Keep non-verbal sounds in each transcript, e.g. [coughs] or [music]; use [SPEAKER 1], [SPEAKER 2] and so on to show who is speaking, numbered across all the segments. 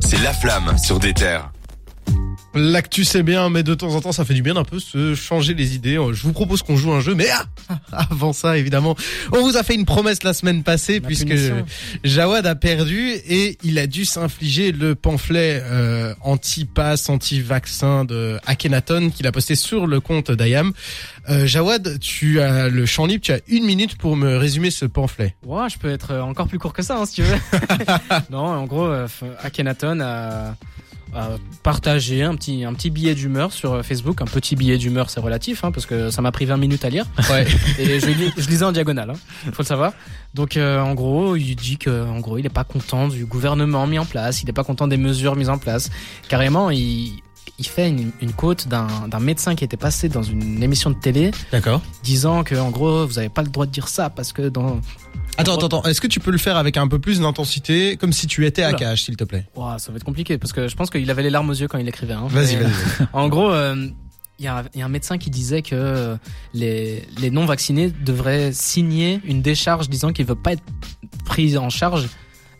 [SPEAKER 1] c'est La Flamme sur des terres.
[SPEAKER 2] L'actu c'est bien, mais de temps en temps ça fait du bien d'un peu se changer les idées. Euh, Je vous propose qu'on joue un jeu, mais ah, [laughs] avant ça évidemment, on vous a fait une promesse la semaine passée
[SPEAKER 3] La
[SPEAKER 2] puisque
[SPEAKER 3] punition.
[SPEAKER 2] Jawad a perdu et il a dû s'infliger le pamphlet euh, anti-pass, anti-vaccin de Akhenaton qu'il a posté sur le compte d'Ayam. Euh, Jawad, tu as le champ libre, tu as une minute pour me résumer ce pamphlet.
[SPEAKER 3] Ouah, je peux être euh, encore plus court que ça, hein, si tu veux. [laughs] non, en gros, euh, f- Akhenaton a, a partagé un petit, un petit billet d'humeur sur euh, Facebook. Un petit billet d'humeur, c'est relatif, hein, parce que ça m'a pris 20 minutes à lire.
[SPEAKER 2] Ouais.
[SPEAKER 3] Et je, lis- je lisais en diagonale, hein, faut le savoir. Donc, euh, en gros, il dit que, en gros, il est pas content du gouvernement mis en place, il est pas content des mesures mises en place. Carrément, il, il fait une, une quote d'un d'un médecin qui était passé dans une émission de télé
[SPEAKER 2] [laughs] D'accord.
[SPEAKER 3] disant que, en gros, vous avez pas le droit de dire ça parce que dans,
[SPEAKER 2] Attends, attends, attends. Est-ce que tu peux le faire avec un peu plus d'intensité, comme si tu étais à
[SPEAKER 3] Oula.
[SPEAKER 2] cage, s'il te plaît
[SPEAKER 3] Ouah, ça va être compliqué parce que je pense qu'il avait les larmes aux yeux quand il écrivait. hein.
[SPEAKER 2] Vas-y,
[SPEAKER 3] Mais,
[SPEAKER 2] vas-y.
[SPEAKER 3] En gros, euh, il y, a, il y a un médecin qui disait que euh, les, les non vaccinés devraient signer une décharge disant qu'ils ne veulent pas être pris en charge.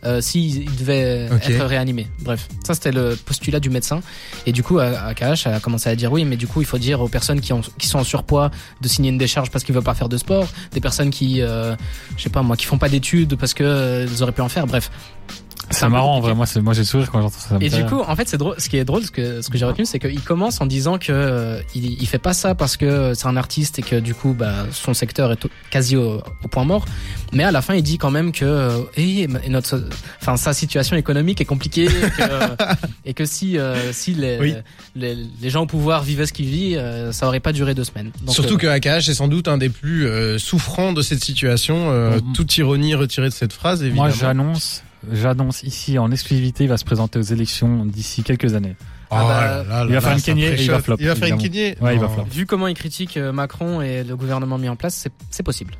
[SPEAKER 3] Euh, s'ils ils devaient
[SPEAKER 2] Ok.
[SPEAKER 3] être réanimés. Bref, ça c'était le postulat du médecin. Et du coup, AKH a commencé à dire oui, mais du coup, il faut dire aux personnes qui, ont, qui sont en surpoids de signer une décharge parce qu'ils veulent pas faire de sport, des personnes qui, euh, je sais pas moi, qui font pas d'études parce que euh, ils auraient pu en faire. Bref,
[SPEAKER 4] C'est marrant en vrai, moi, c'est- moi j'ai le sourire quand j'entends ça. ça me
[SPEAKER 3] et
[SPEAKER 4] fait
[SPEAKER 3] du
[SPEAKER 4] rire.
[SPEAKER 3] coup, en fait, c'est drôle. Ce qui est drôle, ce que, ce que j'ai retenu, c'est qu'il commence en disant que euh, il, il fait pas ça parce que euh, c'est un artiste et que du coup, bah, son secteur est au- quasi au, au point mort. Mais à la fin, il dit quand même que euh, eh, et notre, so- enfin, sa situation économique est compliquée
[SPEAKER 2] [laughs]
[SPEAKER 3] et que, et que si euh, si les,
[SPEAKER 2] Oui.
[SPEAKER 3] les, les gens au pouvoir vivaient ce qu'ils vivent, euh, ça aurait pas duré deux semaines. Donc,
[SPEAKER 2] Surtout
[SPEAKER 3] euh,
[SPEAKER 2] que AKH est sans doute un des plus euh, souffrants de cette situation. euh,
[SPEAKER 4] Mhm.
[SPEAKER 2] toute ironie retirée de cette phrase, évidemment.
[SPEAKER 4] Moi j'annonce, j'annonce ici en exclusivité, il va se présenter aux élections d'ici quelques années.
[SPEAKER 3] Ah
[SPEAKER 2] Oh
[SPEAKER 3] bah,
[SPEAKER 2] là là
[SPEAKER 4] il va
[SPEAKER 2] là
[SPEAKER 4] faire
[SPEAKER 2] là,
[SPEAKER 4] une
[SPEAKER 2] ça
[SPEAKER 4] Kenyé et il va
[SPEAKER 2] préchote.
[SPEAKER 4] flop,
[SPEAKER 2] Il va faire une
[SPEAKER 4] évidemment.
[SPEAKER 2] Kenyé
[SPEAKER 4] Ouais, il va
[SPEAKER 2] Non.
[SPEAKER 4] flop.
[SPEAKER 3] Vu comment il critique euh, Macron et le gouvernement mis en place, c'est- c'est possible.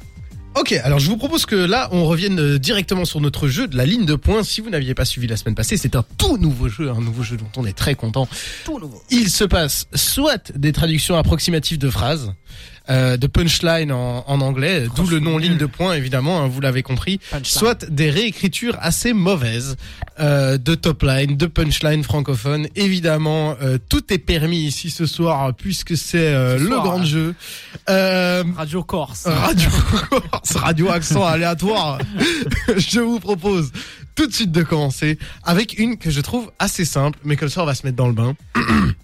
[SPEAKER 2] Ok, alors je vous propose que là, on revienne euh, directement sur notre jeu de la ligne de points. Si vous n'aviez pas suivi la semaine passée, c'est un tout nouveau jeu, un nouveau jeu dont on est très content.
[SPEAKER 3] Tout nouveau.
[SPEAKER 2] Il se passe soit des traductions approximatives de phrases, euh, de punchline en, en anglais, d'où le nom ligne de points, évidemment, hein, vous l'avez compris,
[SPEAKER 3] Punchline.
[SPEAKER 2] soit des réécritures assez mauvaises euh, de top line, de punchline francophone. Évidemment, euh, tout est permis ici ce soir puisque c'est euh,
[SPEAKER 3] Ce
[SPEAKER 2] le
[SPEAKER 3] soir,
[SPEAKER 2] grand
[SPEAKER 3] hein.
[SPEAKER 2] jeu. Euh,
[SPEAKER 3] Radio Corse.
[SPEAKER 2] Radio [laughs] Corse, radio accent aléatoire. [laughs] je vous propose tout de suite de commencer avec une que je trouve assez simple, mais comme ça on va se mettre dans le bain.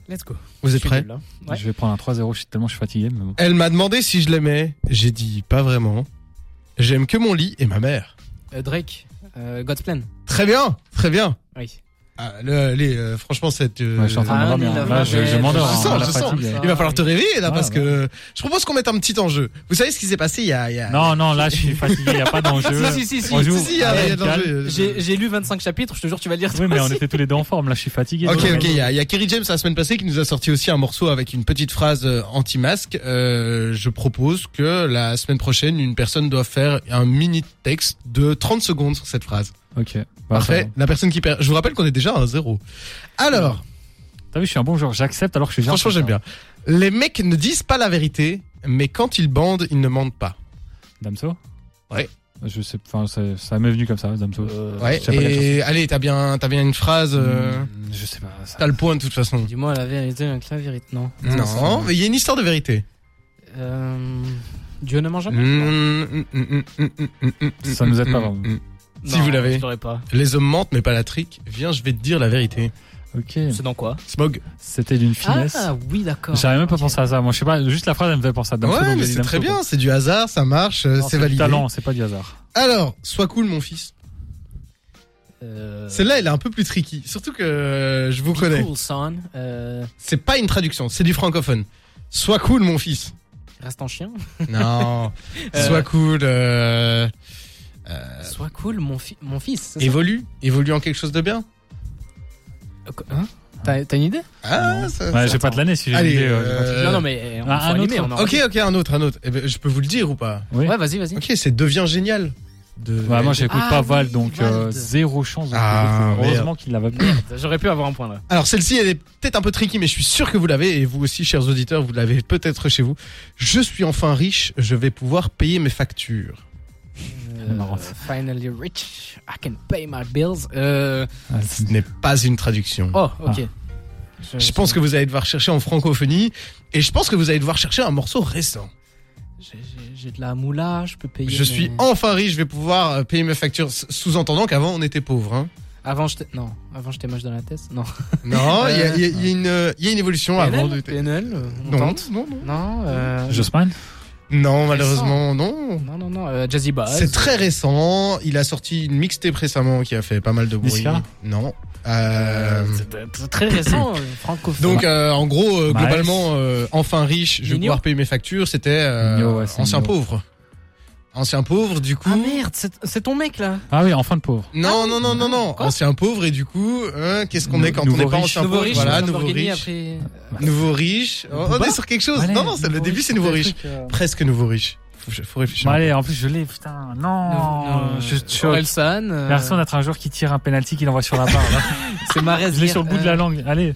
[SPEAKER 3] Let's go.
[SPEAKER 2] Vous
[SPEAKER 3] Je
[SPEAKER 2] êtes
[SPEAKER 3] suis
[SPEAKER 2] prêts
[SPEAKER 3] nul, hein. Ouais.
[SPEAKER 4] Je vais prendre un 3-0, je suis tellement je suis fatigué. Mais bon.
[SPEAKER 2] Elle m'a demandé si je l'aimais. J'ai dit pas vraiment. J'aime que mon lit et ma mère.
[SPEAKER 3] Euh, Drake, euh, God's Plan.
[SPEAKER 2] Très bien, très bien.
[SPEAKER 3] Oui.
[SPEAKER 2] Ah, le- allez, euh, franchement, cette. euh,
[SPEAKER 4] Ouais, je suis en train de
[SPEAKER 3] Ah,
[SPEAKER 4] m'endormir.
[SPEAKER 3] il
[SPEAKER 4] hein.
[SPEAKER 3] l'a
[SPEAKER 4] Là, je,
[SPEAKER 3] fait.
[SPEAKER 4] je m'endors.
[SPEAKER 2] Je
[SPEAKER 4] hein,
[SPEAKER 2] sens,
[SPEAKER 4] la
[SPEAKER 2] je sens.
[SPEAKER 4] fatigue. Ah,
[SPEAKER 3] Ça.
[SPEAKER 2] Il va falloir te réveiller là
[SPEAKER 4] Ouais,
[SPEAKER 2] parce
[SPEAKER 4] bah ouais.
[SPEAKER 2] que je propose qu'on mette un petit enjeu. Vous savez ce qui s'est passé il y a. il y a-
[SPEAKER 4] Euh, Non, non, là je suis fatigué, il n'y a [laughs] pas d'enjeu.
[SPEAKER 3] Si, si, si, si.
[SPEAKER 4] On
[SPEAKER 2] Si,
[SPEAKER 4] joue.
[SPEAKER 2] si, il y a, il y a de
[SPEAKER 4] calme.
[SPEAKER 2] l'enjeu.
[SPEAKER 3] J'ai j'ai lu 25 chapitres, je te jure, tu vas le lire.
[SPEAKER 4] Oui,
[SPEAKER 3] toi
[SPEAKER 4] mais on
[SPEAKER 3] aussi.
[SPEAKER 4] était tous les deux en forme, là je suis fatigué.
[SPEAKER 2] Ok,
[SPEAKER 4] donc-
[SPEAKER 2] ok. Il y a, il y a Kerry James la semaine passée qui nous a sorti aussi un morceau avec une petite phrase euh, anti-masque. Euh, je propose que la semaine prochaine, une personne doit faire un mini texte de 30 secondes sur cette phrase.
[SPEAKER 4] Ok. Bah, ça
[SPEAKER 2] Parfait.
[SPEAKER 4] va.
[SPEAKER 2] La personne qui perd. Je vous rappelle qu'on est déjà à un zéro. Alors,
[SPEAKER 4] T'as vu, je suis un bon joueur, j'accepte alors que je suis
[SPEAKER 2] franchement, j'aime bien. Les mecs ne disent pas la vérité, mais quand ils bandent, ils ne mentent pas.
[SPEAKER 4] Damso
[SPEAKER 2] Ouais. Euh,
[SPEAKER 4] Je sais, enfin, ça, ça m'est venu comme ça, Damso.
[SPEAKER 2] Ouais.
[SPEAKER 4] je sais Euh, pas quelle
[SPEAKER 2] Et allez, t'as bien, t'as bien une phrase. euh,
[SPEAKER 4] Hmm, Je sais pas. ça-
[SPEAKER 2] T'as le point de toute façon.
[SPEAKER 3] Dis-moi la vérité avec la vérité, non.
[SPEAKER 2] Non, mais il y a une histoire de vérité.
[SPEAKER 3] Euh, Dieu ne
[SPEAKER 4] Mm.
[SPEAKER 3] mange jamais. non.
[SPEAKER 2] Hmm,
[SPEAKER 4] Ça
[SPEAKER 2] Ça hmm,
[SPEAKER 4] nous aide pas vraiment.
[SPEAKER 2] Si
[SPEAKER 3] Non,
[SPEAKER 2] vous l'avez.
[SPEAKER 3] Je l'aurais pas.
[SPEAKER 2] hmm. Les hommes mentent, mais pas la trique. Viens, je vais te dire la vérité.
[SPEAKER 4] Ok.
[SPEAKER 3] C'est dans quoi
[SPEAKER 2] Smog.
[SPEAKER 4] C'était d'une finesse.
[SPEAKER 3] Ah oui, d'accord.
[SPEAKER 4] J'avais même pas
[SPEAKER 3] Ok.
[SPEAKER 4] pensé à ça. Moi, je sais pas, juste la phrase, elle me fait penser à Damso.
[SPEAKER 2] ouais,
[SPEAKER 4] donc
[SPEAKER 2] mais
[SPEAKER 4] j'ai dit
[SPEAKER 2] c'est très
[SPEAKER 4] Damso,
[SPEAKER 2] bien.
[SPEAKER 4] quoi.
[SPEAKER 2] C'est du hasard, ça marche, euh,
[SPEAKER 4] Non,
[SPEAKER 2] c'est
[SPEAKER 4] du
[SPEAKER 2] validé.
[SPEAKER 4] talent, c'est pas du hasard.
[SPEAKER 2] Alors, sois cool, mon fils.
[SPEAKER 3] Euh,
[SPEAKER 2] Celle-là, elle est un peu plus tricky. Surtout que euh, je vous
[SPEAKER 3] Be
[SPEAKER 2] connais.
[SPEAKER 3] Cool, son. Euh,
[SPEAKER 2] C'est pas une traduction, c'est du francophone. Sois cool, mon fils.
[SPEAKER 3] reste en chien.
[SPEAKER 2] [laughs] Non.
[SPEAKER 3] Euh,
[SPEAKER 2] sois cool. euh, euh,
[SPEAKER 3] Sois cool, mon, fi- mon fils. c'est ça
[SPEAKER 2] évolue. Évolue en quelque chose de bien.
[SPEAKER 3] Euh, quoi- hein T'as t'as une idée
[SPEAKER 2] Ah, ça,
[SPEAKER 4] Ouais,
[SPEAKER 2] ça-
[SPEAKER 4] j'ai pas de l'année si j'ai une
[SPEAKER 2] Allez,
[SPEAKER 4] idée. euh, j'ai pas de-
[SPEAKER 2] euh,
[SPEAKER 3] Non, non, mais euh, on
[SPEAKER 4] un-
[SPEAKER 3] faut
[SPEAKER 4] un
[SPEAKER 3] animer,
[SPEAKER 4] autre.
[SPEAKER 3] on en
[SPEAKER 2] Ok,
[SPEAKER 3] refait.
[SPEAKER 2] ok, un autre, un autre. Eh ben, je peux vous le dire ou pas
[SPEAKER 4] Oui.
[SPEAKER 3] Ouais, vas-y, vas-y.
[SPEAKER 2] Ok, c'est devient génial. De...
[SPEAKER 4] Bah, moi, j'écoute
[SPEAKER 3] Ah
[SPEAKER 4] pas Val,
[SPEAKER 3] oui,
[SPEAKER 4] donc euh,
[SPEAKER 3] Vald.
[SPEAKER 4] zéro chance. de
[SPEAKER 2] Ah,
[SPEAKER 4] trouver. Heureusement
[SPEAKER 2] merde.
[SPEAKER 4] qu'il l'avait.
[SPEAKER 3] J'aurais pu avoir un point là.
[SPEAKER 2] Alors celle-ci, elle est peut-être un peu tricky, mais je suis sûr que vous l'avez, et vous aussi, chers auditeurs, vous l'avez peut-être chez vous. Je suis enfin riche, je vais pouvoir payer mes factures.
[SPEAKER 3] Euh, euh,
[SPEAKER 4] Marrant.
[SPEAKER 3] Finally rich, I can pay my bills. Euh,
[SPEAKER 4] Ah,
[SPEAKER 2] Ce n'est pas une traduction.
[SPEAKER 3] oh, ok.
[SPEAKER 2] Je pense que vous allez devoir chercher en francophonie et je pense que vous allez devoir chercher un morceau récent.
[SPEAKER 3] j'ai- j'ai- j'ai de la moula, je peux payer.
[SPEAKER 2] Je suis
[SPEAKER 3] mes-
[SPEAKER 2] enfin riche, je vais pouvoir euh, payer mes factures, s- sous-entendant qu'avant on était pauvre. [laughs] Hein.
[SPEAKER 3] Avant j'étais non, avant j'étais moche dans la tête. Non.
[SPEAKER 2] Non, il y a- il y, a- il y a une, euh, il y a une évolution avant. De...
[SPEAKER 3] PNL, euh, on
[SPEAKER 2] Non,
[SPEAKER 3] tente.
[SPEAKER 2] non, non.
[SPEAKER 3] Non, euh,
[SPEAKER 4] Jossman
[SPEAKER 2] Non, malheureusement, non.
[SPEAKER 3] non, non, non. euh, Jazzy Bass.
[SPEAKER 2] Ah, C'est très récent. Il a sorti une mixtape récemment qui a fait pas mal de bruit.
[SPEAKER 4] Niska
[SPEAKER 2] Non. Euh,
[SPEAKER 3] C'est- c'est très récent, euh,
[SPEAKER 4] [coughs]
[SPEAKER 3] francophone.
[SPEAKER 2] Donc euh, en gros, euh,
[SPEAKER 4] Miles.
[SPEAKER 2] globalement, euh, enfin riche, je vais
[SPEAKER 3] Nino.
[SPEAKER 2] pouvoir payer mes factures. C'était euh,
[SPEAKER 4] Nino, ouais, c'est
[SPEAKER 2] ancien
[SPEAKER 4] Nino.
[SPEAKER 2] pauvre. Ancien pauvre, du coup.
[SPEAKER 3] ah merde, c'est c'est ton mec là.
[SPEAKER 4] Ah oui, enfin de pauvre.
[SPEAKER 2] Non,
[SPEAKER 3] Ah,
[SPEAKER 2] non, non, non, non.
[SPEAKER 3] Quoi
[SPEAKER 2] Ancien pauvre et du coup, hein, qu'est-ce qu'on
[SPEAKER 4] Nou-
[SPEAKER 2] est quand on
[SPEAKER 4] nouveau
[SPEAKER 2] n'est pas
[SPEAKER 4] riche.
[SPEAKER 2] ancien
[SPEAKER 3] nouveau
[SPEAKER 2] pauvre
[SPEAKER 3] riche,
[SPEAKER 2] Voilà, nouveau
[SPEAKER 3] Lamborghini,
[SPEAKER 2] riche.
[SPEAKER 3] après-
[SPEAKER 2] Nouveau riche. Oh, on
[SPEAKER 4] Booba
[SPEAKER 2] est sur quelque chose.
[SPEAKER 4] Allez,
[SPEAKER 2] non, non, c'est le
[SPEAKER 4] nouveau
[SPEAKER 2] début,
[SPEAKER 4] riche,
[SPEAKER 2] c'est nouveau
[SPEAKER 4] c'est un
[SPEAKER 2] riche.
[SPEAKER 4] truc, euh,
[SPEAKER 2] Presque nouveau riche. Faut, faut réfléchir.
[SPEAKER 4] Bon, allez, en plus je l'ai, putain. Non,
[SPEAKER 3] Non,
[SPEAKER 4] je suis chaud. J'ai
[SPEAKER 3] Orelsan. euh,
[SPEAKER 4] l'impression d'être un joueur qui tire un penalty qu'il envoie sur la barre. là.
[SPEAKER 3] [laughs] C'est Marez.
[SPEAKER 4] je l'ai sur le bout de la langue. Allez.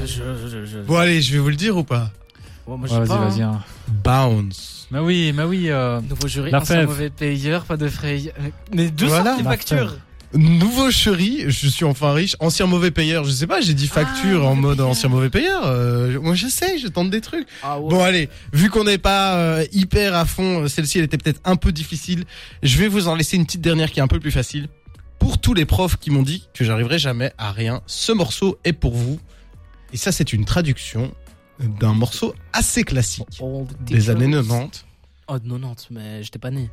[SPEAKER 3] Je, je, je-
[SPEAKER 2] Bon, allez, je vais vous le dire ou pas
[SPEAKER 3] Ouais, moi, je sais
[SPEAKER 4] Ouais,
[SPEAKER 3] pas, hein.
[SPEAKER 4] vas-y, vas-y. hein.
[SPEAKER 2] Bounce.
[SPEAKER 4] Mais oui, mais oui. euh,
[SPEAKER 3] Nouveau jury,
[SPEAKER 4] La
[SPEAKER 3] ancien
[SPEAKER 4] fève.
[SPEAKER 3] mauvais payeur, pas de frais. Euh, Mais d'où
[SPEAKER 2] Voilà.
[SPEAKER 3] sortent les
[SPEAKER 4] La
[SPEAKER 3] factures
[SPEAKER 2] Nouveau chéri, je suis enfin riche. Ancien mauvais payeur, je sais pas, j'ai dit facture en
[SPEAKER 4] Ah,
[SPEAKER 3] mauvais
[SPEAKER 2] mode
[SPEAKER 3] payeur.
[SPEAKER 2] ancien mauvais payeur. Euh, moi, j'essaie, je tente des trucs.
[SPEAKER 3] Ah ouais.
[SPEAKER 2] Bon, allez, vu qu'on n'est pas euh, hyper à fond, euh, celle-ci, elle était peut-être un peu difficile. Je vais vous en laisser une petite dernière qui est un peu plus facile. Pour tous les profs qui m'ont dit que j'arriverai jamais à rien, ce morceau est pour vous. Et ça, c'est une traduction d'un morceau assez classique
[SPEAKER 3] Old
[SPEAKER 2] des
[SPEAKER 3] teachers.
[SPEAKER 2] années 90.
[SPEAKER 3] Oh, de 90, mais j'étais pas né.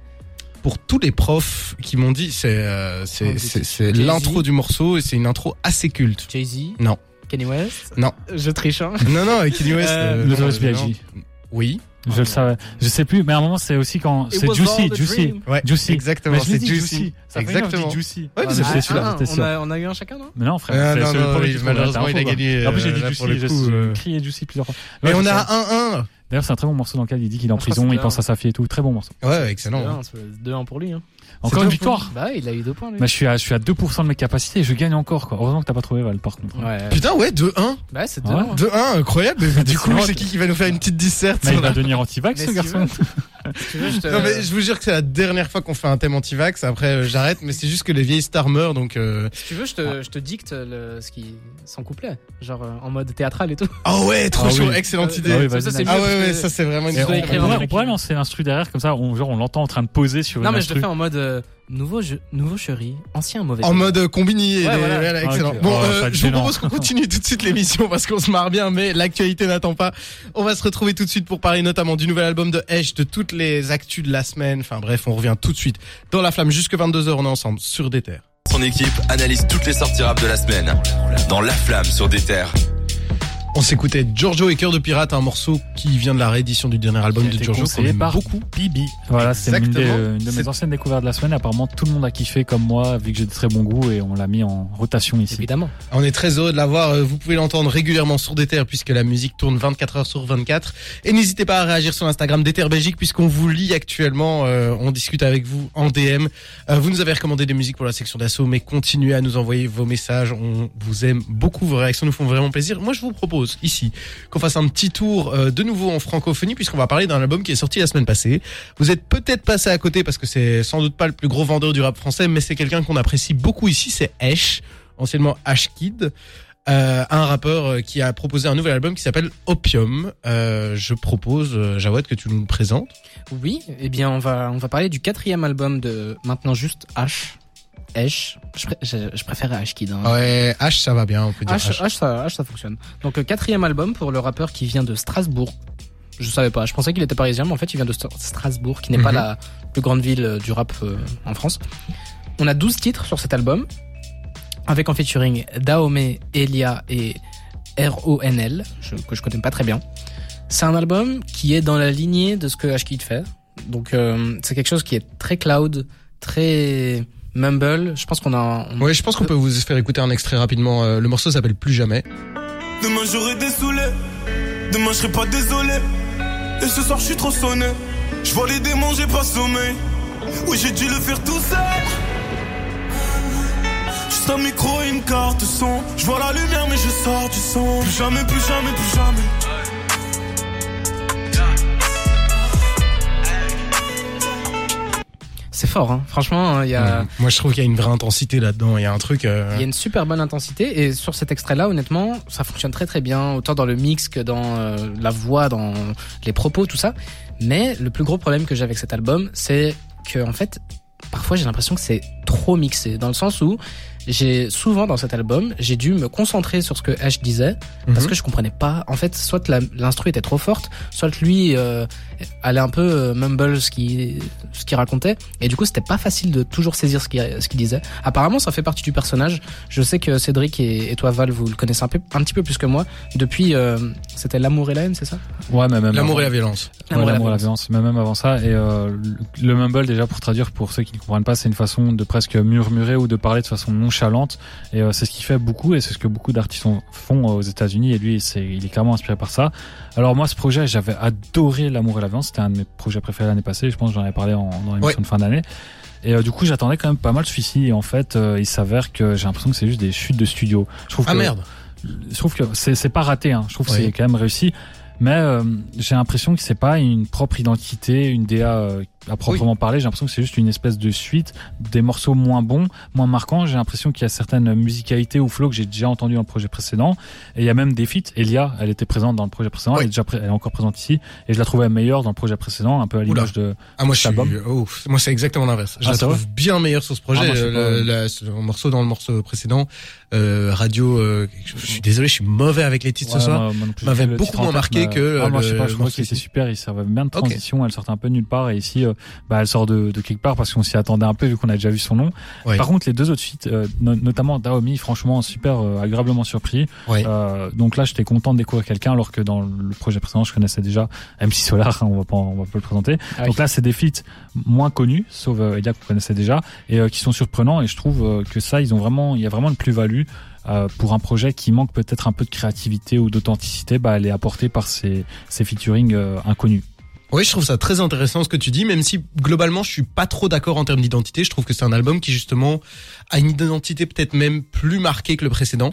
[SPEAKER 2] pour tous les profs qui m'ont dit, c'est euh,
[SPEAKER 3] Oh,
[SPEAKER 2] c'est
[SPEAKER 3] mais
[SPEAKER 2] c'est-
[SPEAKER 3] c'est-
[SPEAKER 2] c'est
[SPEAKER 3] Jay-Z.
[SPEAKER 2] l'intro du morceau et c'est une intro assez
[SPEAKER 3] [laughs]
[SPEAKER 2] culte.
[SPEAKER 3] Jay-Z
[SPEAKER 2] Non.
[SPEAKER 3] Kanye West
[SPEAKER 2] Non.
[SPEAKER 3] Je triche, hein.
[SPEAKER 2] Non non, avec Kanye West. euh,
[SPEAKER 4] le
[SPEAKER 2] non,
[SPEAKER 4] Notorious
[SPEAKER 2] euh,
[SPEAKER 4] B.I.G..
[SPEAKER 2] non. Oui,
[SPEAKER 4] Je le savais. Je sais plus, mais à un moment, c'est aussi quand.
[SPEAKER 3] It
[SPEAKER 4] C'est
[SPEAKER 3] was all
[SPEAKER 4] Juicy,
[SPEAKER 3] a
[SPEAKER 4] Juicy.
[SPEAKER 3] dream.
[SPEAKER 2] ouais,
[SPEAKER 4] Juicy.
[SPEAKER 2] exactement.
[SPEAKER 4] Mais je l'ai
[SPEAKER 2] C'est
[SPEAKER 4] dit,
[SPEAKER 2] juicy.
[SPEAKER 4] Ça fait une heure que je dis
[SPEAKER 2] Exactement.
[SPEAKER 4] Juicy.
[SPEAKER 2] Ouais, mais c'est
[SPEAKER 4] c'était
[SPEAKER 2] vrai.
[SPEAKER 4] celui-là,
[SPEAKER 3] ah,
[SPEAKER 4] c'était
[SPEAKER 3] on,
[SPEAKER 4] sûr.
[SPEAKER 3] a, on a eu un chacun, non
[SPEAKER 4] Mais non,
[SPEAKER 2] Ah,
[SPEAKER 4] frère, c'est-
[SPEAKER 2] non,
[SPEAKER 4] c'est
[SPEAKER 2] non,
[SPEAKER 4] le premier
[SPEAKER 2] oui,
[SPEAKER 4] qui se
[SPEAKER 2] malheureusement,
[SPEAKER 4] met
[SPEAKER 2] il a
[SPEAKER 4] à la
[SPEAKER 2] gagné,
[SPEAKER 4] info, En plus, j'ai
[SPEAKER 2] euh,
[SPEAKER 4] dit
[SPEAKER 2] là, pour
[SPEAKER 4] Juicy,
[SPEAKER 2] le
[SPEAKER 4] j'ai
[SPEAKER 2] coup, euh.
[SPEAKER 4] su- crié Juicy plusieurs fois.
[SPEAKER 2] Mais
[SPEAKER 4] Ouais,
[SPEAKER 2] on
[SPEAKER 4] je
[SPEAKER 2] a
[SPEAKER 4] sais.
[SPEAKER 2] un
[SPEAKER 4] D'ailleurs, c'est un très bon morceau dans lequel il dit qu'il est en
[SPEAKER 3] Je crois que
[SPEAKER 4] prison,
[SPEAKER 3] c'est
[SPEAKER 4] il pense
[SPEAKER 3] bien.
[SPEAKER 4] à sa fille et tout. Très bon morceau.
[SPEAKER 2] 1 Ouais, excellent.
[SPEAKER 3] 2-1 pour lui. Hein.
[SPEAKER 4] Encore
[SPEAKER 2] deux
[SPEAKER 4] une
[SPEAKER 2] points.
[SPEAKER 4] victoire.
[SPEAKER 3] Bah, il a eu 2 points, lui.
[SPEAKER 4] Bah, je suis à, je suis à 2% de mes capacités et je gagne encore, quoi. Heureusement que t'as pas trouvé Val, par contre.
[SPEAKER 3] Ouais.
[SPEAKER 2] Putain, ouais, 2-1.
[SPEAKER 3] Bah, c'est 2-1.
[SPEAKER 4] Ah Ouais.
[SPEAKER 3] hein.
[SPEAKER 2] 2-1, incroyable. Mais Du coup,
[SPEAKER 4] C'est
[SPEAKER 2] c'est qui qui va nous faire une petite disserte
[SPEAKER 4] Mais il
[SPEAKER 2] sur la- Euh,
[SPEAKER 4] va devenir anti-vax,
[SPEAKER 3] Mais
[SPEAKER 4] ce
[SPEAKER 3] si
[SPEAKER 4] garçon.
[SPEAKER 3] Si tu veux, je te-
[SPEAKER 2] Non mais je vous jure que c'est la dernière fois qu'on fait un thème anti-vax. Après, euh, j'arrête. Mais c'est juste que les vieilles stars meurent, donc. euh,
[SPEAKER 3] Si tu veux, je te, je te dicte le, ce qui, son couplet. Genre euh, en mode théâtral et tout.
[SPEAKER 2] Oh ouais, trop
[SPEAKER 4] Ah
[SPEAKER 2] chaud,
[SPEAKER 4] oui.
[SPEAKER 2] excellente
[SPEAKER 3] Euh,
[SPEAKER 2] idée.
[SPEAKER 4] Ah oui,
[SPEAKER 3] Comme
[SPEAKER 4] vas-y,
[SPEAKER 3] ça,
[SPEAKER 4] nice.
[SPEAKER 3] c'est mieux
[SPEAKER 2] Ah ouais,
[SPEAKER 3] parce
[SPEAKER 2] ouais,
[SPEAKER 3] que-
[SPEAKER 2] ça c'est vraiment une.
[SPEAKER 4] Et
[SPEAKER 3] dois
[SPEAKER 4] on,
[SPEAKER 2] bonne
[SPEAKER 3] écrire
[SPEAKER 4] on
[SPEAKER 3] un
[SPEAKER 4] pourrait-
[SPEAKER 3] truc.
[SPEAKER 4] on pourrait lancer l'instru derrière, comme ça, on, genre, on l'entend en train de poser sur
[SPEAKER 3] Non,
[SPEAKER 4] une
[SPEAKER 3] mais je le
[SPEAKER 4] instru.
[SPEAKER 3] fais en mode euh, nouveau, jeu, nouveau chéri, ancien mauvais.
[SPEAKER 2] En mode euh, combiné,
[SPEAKER 3] Ouais,
[SPEAKER 2] les-
[SPEAKER 3] voilà.
[SPEAKER 2] voilà, excellent.
[SPEAKER 4] Ok.
[SPEAKER 2] Bon,
[SPEAKER 4] Oh,
[SPEAKER 2] euh,
[SPEAKER 4] ça va être
[SPEAKER 2] je vous
[SPEAKER 4] gênant.
[SPEAKER 2] propose qu'on continue tout de suite l'émission parce qu'on se marre bien, mais l'actualité n'attend pas. On va se retrouver tout de suite pour parler notamment du nouvel album de Hesh, de toutes les actus de la semaine. Enfin bref, on revient tout de suite dans la flamme jusque 22h, on est ensemble sur des terres.
[SPEAKER 1] Son équipe analyse toutes les sorties rap de la semaine dans La Flamme sur des terres.
[SPEAKER 2] On s'écoutait Giorgio et Cœur de Pirate, un morceau qui vient de la réédition du dernier album
[SPEAKER 4] Qui a
[SPEAKER 2] de
[SPEAKER 4] été
[SPEAKER 2] Giorgio. qu'on
[SPEAKER 4] conseillé
[SPEAKER 2] aime
[SPEAKER 4] par
[SPEAKER 2] beaucoup.
[SPEAKER 4] Bibi. Voilà, c'est une, des-
[SPEAKER 2] Exactement.
[SPEAKER 4] une
[SPEAKER 2] C'est-
[SPEAKER 4] de mes anciennes découvertes de la semaine. Apparemment, tout le monde a kiffé comme moi, vu que j'ai de très bons goûts et on l'a mis en rotation ici.
[SPEAKER 3] Évidemment.
[SPEAKER 2] On est très heureux de l'avoir. euh, Vous pouvez l'entendre régulièrement sur Déter puisque la musique tourne 24 heures sur 24. Et n'hésitez pas à réagir sur l'Instagram Déter Belgique puisqu'on vous lit actuellement. euh, on discute avec vous en DM. Euh, vous nous avez recommandé des musiques pour la section d'assaut, mais continuez à nous envoyer vos messages. On vous aime beaucoup. Vos réactions nous font vraiment plaisir. Moi, je vous propose ici qu'on fasse un petit tour euh, de nouveau en francophonie puisqu'on va parler d'un album qui est sorti la semaine passée. Vous êtes peut-être passé à côté parce que c'est sans doute pas le plus gros vendeur du rap français, mais c'est quelqu'un qu'on apprécie beaucoup ici. C'est Esh anciennement H-Kid, euh, un rappeur euh, qui a proposé un nouvel album qui s'appelle Opium. Euh, je propose, euh, Jawad, que tu nous le présentes.
[SPEAKER 3] Oui, eh bien, on va, on va parler du quatrième album de maintenant juste H. H. Je, pré- je- je préfère H Kid.
[SPEAKER 2] Ah
[SPEAKER 3] hein.
[SPEAKER 2] Ouais, H, ça va bien, on peut
[SPEAKER 3] H, H, ça, H, ça fonctionne. Donc, euh, quatrième album pour le rappeur qui vient de Strasbourg. Je savais pas, je pensais qu'il était parisien, mais en fait, il vient de Stra- Strasbourg, qui n'est pas
[SPEAKER 2] Mhm.
[SPEAKER 3] la plus grande ville euh, du rap euh, en France. On a 12 titres sur cet album, avec en featuring Daomé, Elia et RONL, je- que je connais pas très bien. C'est un album qui est dans la lignée de ce que H-Kid fait. Donc, euh, c'est quelque chose qui est très cloud, très mumble. Je pense qu'on a.
[SPEAKER 4] euh,
[SPEAKER 3] on-
[SPEAKER 2] Ouais, je pense qu'on peut vous faire écouter un extrait rapidement. Euh, Le morceau s'appelle Plus jamais.
[SPEAKER 5] Demain j'aurai des soulets, demain je serai pas désolé. Et ce soir je suis trop sonné, je vois les démons, j'ai pas sommeil. Oui, j'ai dû le faire tout seul. Juste un micro et une carte son. Je vois la lumière, mais je sors du son. Plus jamais, plus jamais, plus jamais.
[SPEAKER 3] c'est fort. hein. Franchement, hein, il y a,
[SPEAKER 2] Euh, Moi, je trouve qu'il y a une vraie intensité là-dedans. Il y a un truc. euh,
[SPEAKER 3] il y a une super bonne intensité. Et sur cet extrait-là, honnêtement, ça fonctionne très très bien, autant dans le mix que dans euh, la voix, dans les propos, tout ça. Mais le plus gros problème que j'ai avec cet album, c'est que en fait, parfois j'ai l'impression que c'est trop mixé, dans le sens où j'ai souvent dans cet album, j'ai dû me concentrer sur ce que H disait parce
[SPEAKER 2] Mhm.
[SPEAKER 3] que je comprenais pas. En fait, soit la- l'instru était trop forte, soit lui euh, allait un peu euh, mumble ce qui ce qu'il racontait, et du coup c'était pas facile de toujours saisir ce qu'il ce qu'il disait. Apparemment, ça fait partie du personnage. Je sais que Cédric et, et toi Val, vous le connaissez un peu un petit peu plus que moi depuis. euh, c'était l'amour et la haine, c'est ça
[SPEAKER 4] Ouais, mais même
[SPEAKER 2] L'amour et la
[SPEAKER 4] avant-
[SPEAKER 2] violence.
[SPEAKER 4] Ouais, l'amour et la violence, mais même avant ça. Et euh, le- le mumble, déjà, pour traduire, pour ceux qui ne comprennent pas, c'est une façon de presque murmurer ou de parler de façon nonchalante. Et euh, c'est ce qu'il fait beaucoup, et c'est ce que beaucoup d'artistes ont- font euh, aux États-Unis. Et lui, c'est, il est clairement inspiré par ça. Alors moi, ce projet, j'avais adoré l'amour et la violence. C'était un de mes projets préférés l'année passée. Je pense que j'en avais parlé en, dans l'émission
[SPEAKER 2] Ouais.
[SPEAKER 4] de fin d'année. Et euh, du coup, j'attendais quand même pas mal celui-ci. Et en fait, euh, il s'avère que j'ai l'impression que c'est juste des chutes de studio. Je trouve
[SPEAKER 2] Ah
[SPEAKER 4] que-
[SPEAKER 2] merde.
[SPEAKER 4] je trouve que c'est c'est pas raté hein. je trouve
[SPEAKER 2] Oui.
[SPEAKER 4] que c'est quand même réussi mais euh, j'ai l'impression que c'est pas une propre identité une DA euh, à proprement parler j'ai l'impression que c'est juste une espèce de suite des morceaux moins bons moins marquants j'ai l'impression qu'il y a certaines musicalités ou flows que j'ai déjà entendu dans le projet précédent et il y a même des feats Elia elle était présente dans le projet précédent
[SPEAKER 2] Oui.
[SPEAKER 4] elle, est déjà pré- elle est encore présente ici et je la trouvais meilleure dans le projet précédent un peu à
[SPEAKER 2] Oula.
[SPEAKER 4] l'image de
[SPEAKER 2] Ah moi je
[SPEAKER 4] Cet
[SPEAKER 2] suis.
[SPEAKER 4] album.
[SPEAKER 2] oh, moi c'est exactement l'inverse. Je
[SPEAKER 4] Ah,
[SPEAKER 2] la
[SPEAKER 4] c'est
[SPEAKER 2] trouve bien meilleure sur ce projet. Euh,
[SPEAKER 4] Ah, moi, je sais
[SPEAKER 2] Le- la- ce morceau dans le morceau précédent, euh, radio. euh, je je suis désolé, je suis mauvais avec les titres
[SPEAKER 4] Ouais,
[SPEAKER 2] ce soir.
[SPEAKER 4] moi- moi non plus,
[SPEAKER 2] m'avait
[SPEAKER 4] j'ai le
[SPEAKER 2] beaucoup
[SPEAKER 4] titre en
[SPEAKER 2] moins
[SPEAKER 4] tête,
[SPEAKER 2] marqué
[SPEAKER 4] mais-
[SPEAKER 2] que,
[SPEAKER 4] Ah, moi,
[SPEAKER 2] euh,
[SPEAKER 4] je sais pas, je
[SPEAKER 2] le-
[SPEAKER 4] trouve
[SPEAKER 2] moi,
[SPEAKER 4] que c'est
[SPEAKER 2] c'est-
[SPEAKER 4] super. Il servait bien de transition. Elle sortait un peu de nulle part. Et ici, euh, bah, elle sort de, de quelque part parce qu'on s'y attendait un peu vu qu'on a déjà vu son nom.
[SPEAKER 2] Ouais.
[SPEAKER 4] Par contre, les deux autres feats, euh, no- notamment Daomi, franchement, super euh, agréablement surpris.
[SPEAKER 2] Ouais.
[SPEAKER 4] Euh, donc là, j'étais content de découvrir quelqu'un alors que dans le projet précédent, je connaissais déjà MC Solar. [laughs] hein, on va pas, on va pas le présenter.
[SPEAKER 3] Ah oui.
[SPEAKER 4] Donc là, c'est des feats moins connus, sauf euh, Elia qu'on connaissait déjà, et euh, qui sont surprenants. Et je trouve euh, que ça, ils ont vraiment, il y a vraiment une plus-value euh, pour un projet qui manque peut-être un peu de créativité ou d'authenticité. Bah, elle est apportée par ces ces featuring euh, inconnus.
[SPEAKER 2] Oui, je trouve ça très intéressant ce que tu dis, même si globalement je suis pas trop d'accord en termes d'identité. Je trouve que c'est un album qui justement a une identité peut-être même plus marquée que le précédent.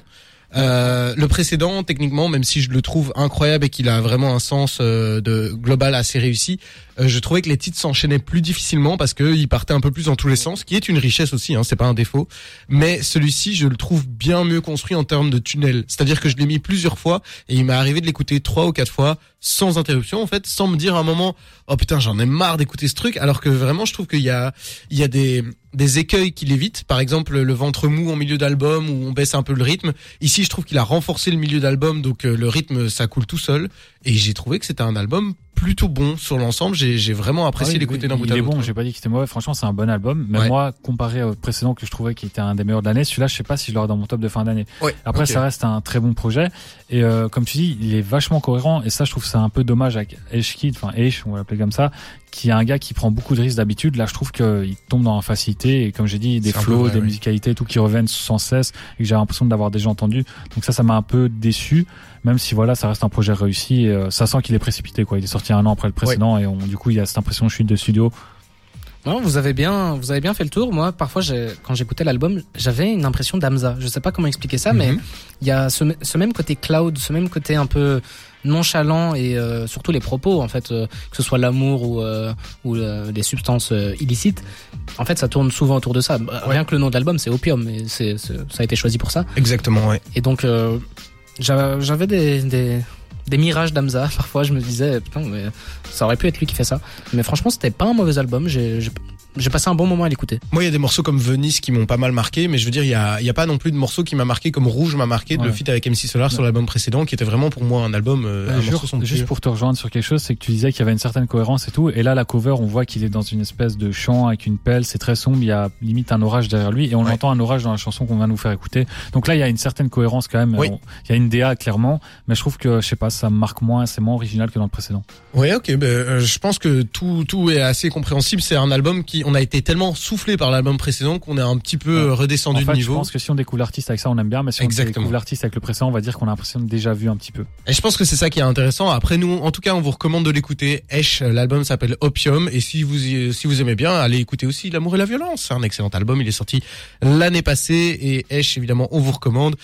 [SPEAKER 2] Euh, le précédent, techniquement, même si je le trouve incroyable et qu'il a vraiment un sens euh, de global assez réussi, euh, je trouvais que les titres s'enchaînaient plus difficilement parce qu'ils partaient un peu plus dans tous les sens, ce qui est une richesse aussi, hein, c'est pas un défaut. Mais celui-ci, je le trouve bien mieux construit en termes de tunnel. C'est-à-dire que je l'ai mis plusieurs fois et il m'est arrivé de l'écouter trois ou quatre fois sans interruption en fait, sans me dire à un moment oh putain j'en ai marre d'écouter ce truc, alors que vraiment je trouve qu'il y a il y a des des écueils qu'il évite, par exemple le ventre mou en milieu d'album où on baisse un peu le rythme. Ici je trouve qu'il a renforcé le milieu d'album donc euh, le rythme ça coule tout seul et j'ai trouvé que c'était un album plutôt bon sur l'ensemble. J'ai j'ai vraiment apprécié
[SPEAKER 4] Ah oui,
[SPEAKER 2] l'écouter
[SPEAKER 4] oui,
[SPEAKER 2] d'un bout
[SPEAKER 4] Il
[SPEAKER 2] à
[SPEAKER 4] est
[SPEAKER 2] l'autre.
[SPEAKER 4] bon, j'ai pas dit qu'il était mauvais. Franchement, c'est un bon album. Mais
[SPEAKER 2] Ouais.
[SPEAKER 4] moi, comparé au précédent que je trouvais qui était un des meilleurs de l'année, celui-là, je sais pas si je l'aurai dans mon top de fin d'année.
[SPEAKER 2] Ouais,
[SPEAKER 4] Après,
[SPEAKER 2] ok.
[SPEAKER 4] ça reste un très bon projet. Et euh, comme tu dis, il est vachement cohérent. Et ça, je trouve ça un peu dommage avec Ash Kid, enfin Ash, on va l'appeler comme ça, qui est un gars qui prend beaucoup de risques d'habitude. Là, je trouve qu'il tombe dans la facilité. Et comme j'ai dit, des
[SPEAKER 2] C'est un peu
[SPEAKER 4] flows,
[SPEAKER 2] vrai,
[SPEAKER 4] des
[SPEAKER 2] oui.
[SPEAKER 4] musicalités, et tout qui reviennent sans cesse. Et que j'ai l'impression d'avoir déjà entendu. Donc ça, ça m'a un peu déçu. Même si voilà, ça reste un projet réussi. Et, euh, ça sent qu'il est précipité. quoi. Il est sorti un an après le précédent. Et on, du coup, il y a cette impression de chute de studio.
[SPEAKER 3] Non, vous avez bien, vous avez bien fait le tour. Moi, parfois, j'ai- quand j'écoutais l'album, j'avais une impression d'Amza. Je sais pas comment expliquer ça, mais
[SPEAKER 2] Mhm.
[SPEAKER 3] il y a ce, m- ce même côté cloud, ce même côté un peu nonchalant et euh, surtout les propos, en fait, euh, que ce soit l'amour ou, euh, ou euh, les substances euh, illicites. En fait, ça tourne souvent autour de ça. Bah, Rien que le nom de l'album, c'est Opium, et c'est, c'est- ça a été choisi pour ça.
[SPEAKER 2] Exactement ouais.
[SPEAKER 3] Et donc, euh, j'a- j'avais des, des, des mirages d'Amza. [laughs] Parfois, je me disais, putain, mais ça aurait pu être lui qui fait ça. Mais franchement, c'était pas un mauvais album. J'ai j'ai- j'ai passé un bon moment à l'écouter.
[SPEAKER 2] Moi, il y a des morceaux comme Venise qui m'ont pas mal marqué, mais je veux dire, il y a, il y a pas non plus de morceaux qui m'a marqué comme Rouge m'a marqué, de le
[SPEAKER 4] Ouais.
[SPEAKER 2] feat avec MC Solar sur l'album précédent, qui était vraiment pour moi un album, euh,
[SPEAKER 4] Euh,
[SPEAKER 2] un
[SPEAKER 4] juste-
[SPEAKER 2] morceau somptueux.
[SPEAKER 4] juste pour te rejoindre sur quelque chose, c'est que tu disais qu'il y avait une certaine cohérence et tout. Et là, la cover, on voit qu'il est dans une espèce de champ avec une pelle, c'est très sombre, il y a limite un orage derrière lui, et on
[SPEAKER 2] Ouais.
[SPEAKER 4] entend un orage dans la chanson qu'on vient de nous faire écouter. Donc là, il y a une certaine cohérence quand même.
[SPEAKER 2] Oui.
[SPEAKER 4] On- Il y a une DA clairement, mais je trouve que, je sais pas, ça marque moins, c'est moins original que dans le précédent.
[SPEAKER 2] Ouais, ok. ben, euh, je pense que tout tout est assez compréhensible. C'est un album qui, on a été tellement soufflé par l'album précédent qu'on est un petit peu
[SPEAKER 4] Ouais.
[SPEAKER 2] euh,
[SPEAKER 4] En
[SPEAKER 2] redescendu
[SPEAKER 4] fait,
[SPEAKER 2] de
[SPEAKER 4] je
[SPEAKER 2] niveau.
[SPEAKER 4] pense que si on découvre l'artiste avec ça, on aime bien, mais si
[SPEAKER 2] Exactement.
[SPEAKER 4] on découvre l'artiste avec le précédent, on va dire qu'on a l'impression de déjà vu un petit peu.
[SPEAKER 2] Et je pense que c'est ça qui est intéressant. Après, nous, en tout cas, on vous recommande de l'écouter. Esh, l'album s'appelle Opium. Et si vous, y- si vous aimez bien, allez écouter aussi L'amour et la violence. C'est un excellent album. Il est sorti l'année passée. Et Esh, évidemment, on vous recommande.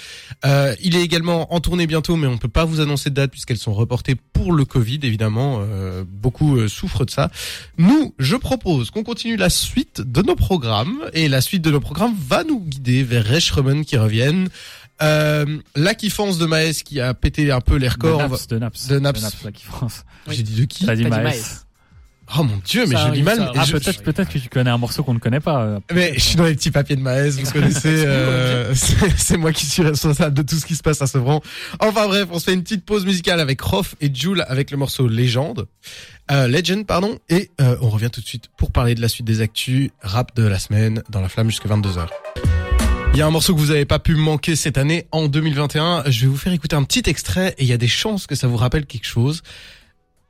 [SPEAKER 2] Euh, il est également en tournée bientôt, mais on peut pas vous annoncer de date puisqu'elles sont reportées pour le Covid, évidemment. euh, beaucoup euh, souffrent de ça. Nous, je propose qu'on continue la suite de nos programmes. Et la suite de nos programmes va nous guider vers Reshremen qui reviennent. Euh, la kiffance de Maes qui a pété un peu les records.
[SPEAKER 4] de
[SPEAKER 2] On va-
[SPEAKER 4] Naps, de Naps.
[SPEAKER 2] de Naps.
[SPEAKER 4] là, qui France.
[SPEAKER 2] J'ai dit de qui
[SPEAKER 4] T'as dit
[SPEAKER 3] T'as dit
[SPEAKER 4] Maes.
[SPEAKER 3] Maes.
[SPEAKER 2] Oh mon dieu, mais
[SPEAKER 3] Ça
[SPEAKER 2] j'ai du
[SPEAKER 3] arrive,
[SPEAKER 2] mal.
[SPEAKER 3] ça
[SPEAKER 2] Et
[SPEAKER 4] Ah,
[SPEAKER 2] je-
[SPEAKER 4] peut-être, peut-être que tu connais un morceau qu'on ne connaît pas. euh,
[SPEAKER 2] Mais je suis dans les petits papiers de Maës, vous
[SPEAKER 4] [laughs]
[SPEAKER 2] connaissez. euh, c'est c'est moi qui suis responsable de tout ce qui se passe à Sevran. Enfin bref, on se fait une petite pause musicale avec Rof et Jules avec le morceau Légende, euh, Legend pardon, et euh, on revient tout de suite pour parler de la suite des actus rap de la semaine dans la flamme jusqu'à 22 h il y a un morceau que vous n'avez pas pu manquer cette année en 2021. Je vais vous faire écouter un petit extrait et il y a des chances que ça vous rappelle quelque chose.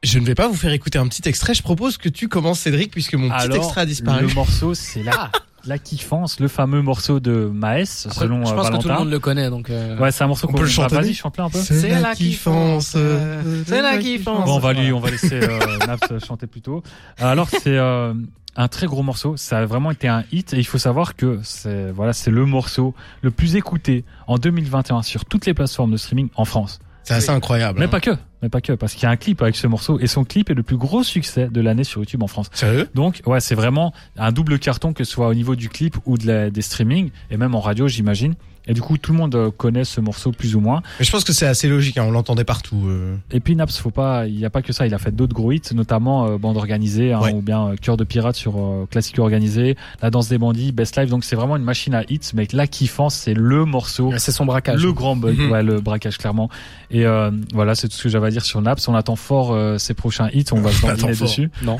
[SPEAKER 2] Je ne vais pas vous faire écouter un petit extrait. Je propose que tu commences Cédric puisque mon petit
[SPEAKER 4] Alors,
[SPEAKER 2] extrait a disparu.
[SPEAKER 4] Le morceau, c'est [laughs] la, la kiffance, le fameux morceau de Maes,
[SPEAKER 3] Après,
[SPEAKER 4] selon
[SPEAKER 3] je
[SPEAKER 4] euh,
[SPEAKER 3] pense que tout le
[SPEAKER 4] Valentin.
[SPEAKER 3] monde le connaît, donc. euh,
[SPEAKER 4] Ouais, c'est un morceau
[SPEAKER 2] On
[SPEAKER 4] qu'on
[SPEAKER 2] peut le chantonner
[SPEAKER 4] Ah, Vas-y, chante-le un peu.
[SPEAKER 3] C'est la kiffance, euh, c'est la kiffance.
[SPEAKER 4] Bon, on va lui, on va laisser euh,
[SPEAKER 2] [laughs]
[SPEAKER 4] Naps chanter plus tôt. Alors, c'est euh, un très gros morceau. Ça a vraiment été un hit. Et il faut savoir que c'est, voilà, c'est le morceau le plus écouté en 2021 sur toutes les plateformes de streaming en France.
[SPEAKER 2] C'est assez incroyable.
[SPEAKER 4] Mais
[SPEAKER 2] hein.
[SPEAKER 4] pas que, mais pas que, parce qu'il y a un clip avec ce morceau et son clip est le plus gros succès de l'année sur YouTube en France.
[SPEAKER 2] Sérieux
[SPEAKER 4] Donc ouais, c'est vraiment un double carton que ce soit au niveau du clip ou de la- des streamings et même en radio, j'imagine. Et du coup, tout le monde euh, connaît ce morceau plus ou moins.
[SPEAKER 2] Mais je pense que c'est assez logique, hein, on l'entendait partout.
[SPEAKER 4] [laughs]
[SPEAKER 2] euh.
[SPEAKER 4] Et puis Naps, faut pas, il n'y a pas que ça. Il a fait d'autres gros hits, notamment euh, Bande organisée hein,
[SPEAKER 2] Ouais.
[SPEAKER 4] ou bien euh, Cœur de pirate sur euh, Classique organisé, La danse des bandits, Best Life. Donc c'est vraiment une machine à hits. Mais la kiffance, c'est le morceau.
[SPEAKER 3] C'est son braquage.
[SPEAKER 4] Le grand bug,
[SPEAKER 2] Mhm.
[SPEAKER 4] ouais, le braquage clairement. Et euh, voilà, c'est tout ce que j'avais à dire sur Naps. On attend fort euh, ses prochains hits. On va se
[SPEAKER 2] [laughs] On
[SPEAKER 4] dandiner
[SPEAKER 2] attend fort.
[SPEAKER 4] dessus.
[SPEAKER 3] Non.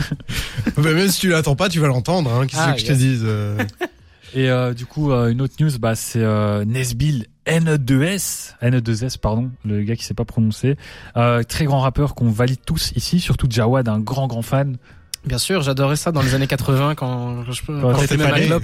[SPEAKER 2] Mais même si tu l'attends pas, tu vas l'entendre, hein, qu'est-ce
[SPEAKER 3] Ah,
[SPEAKER 2] que je te
[SPEAKER 3] yes.
[SPEAKER 2] dise
[SPEAKER 4] [laughs]
[SPEAKER 2] euh.
[SPEAKER 4] Et euh, du coup, euh, une autre news, bah, c'est euh, Nesbill E N2S, N2S, E pardon, le gars qui sait pas prononcer. Euh, très grand rappeur qu'on valide tous ici, surtout Jawad, un grand grand fan.
[SPEAKER 3] Bien sûr, j'adorais ça dans les années 80 quand je quand,
[SPEAKER 4] t'étais
[SPEAKER 3] c'était
[SPEAKER 2] pas né.
[SPEAKER 3] Maglop.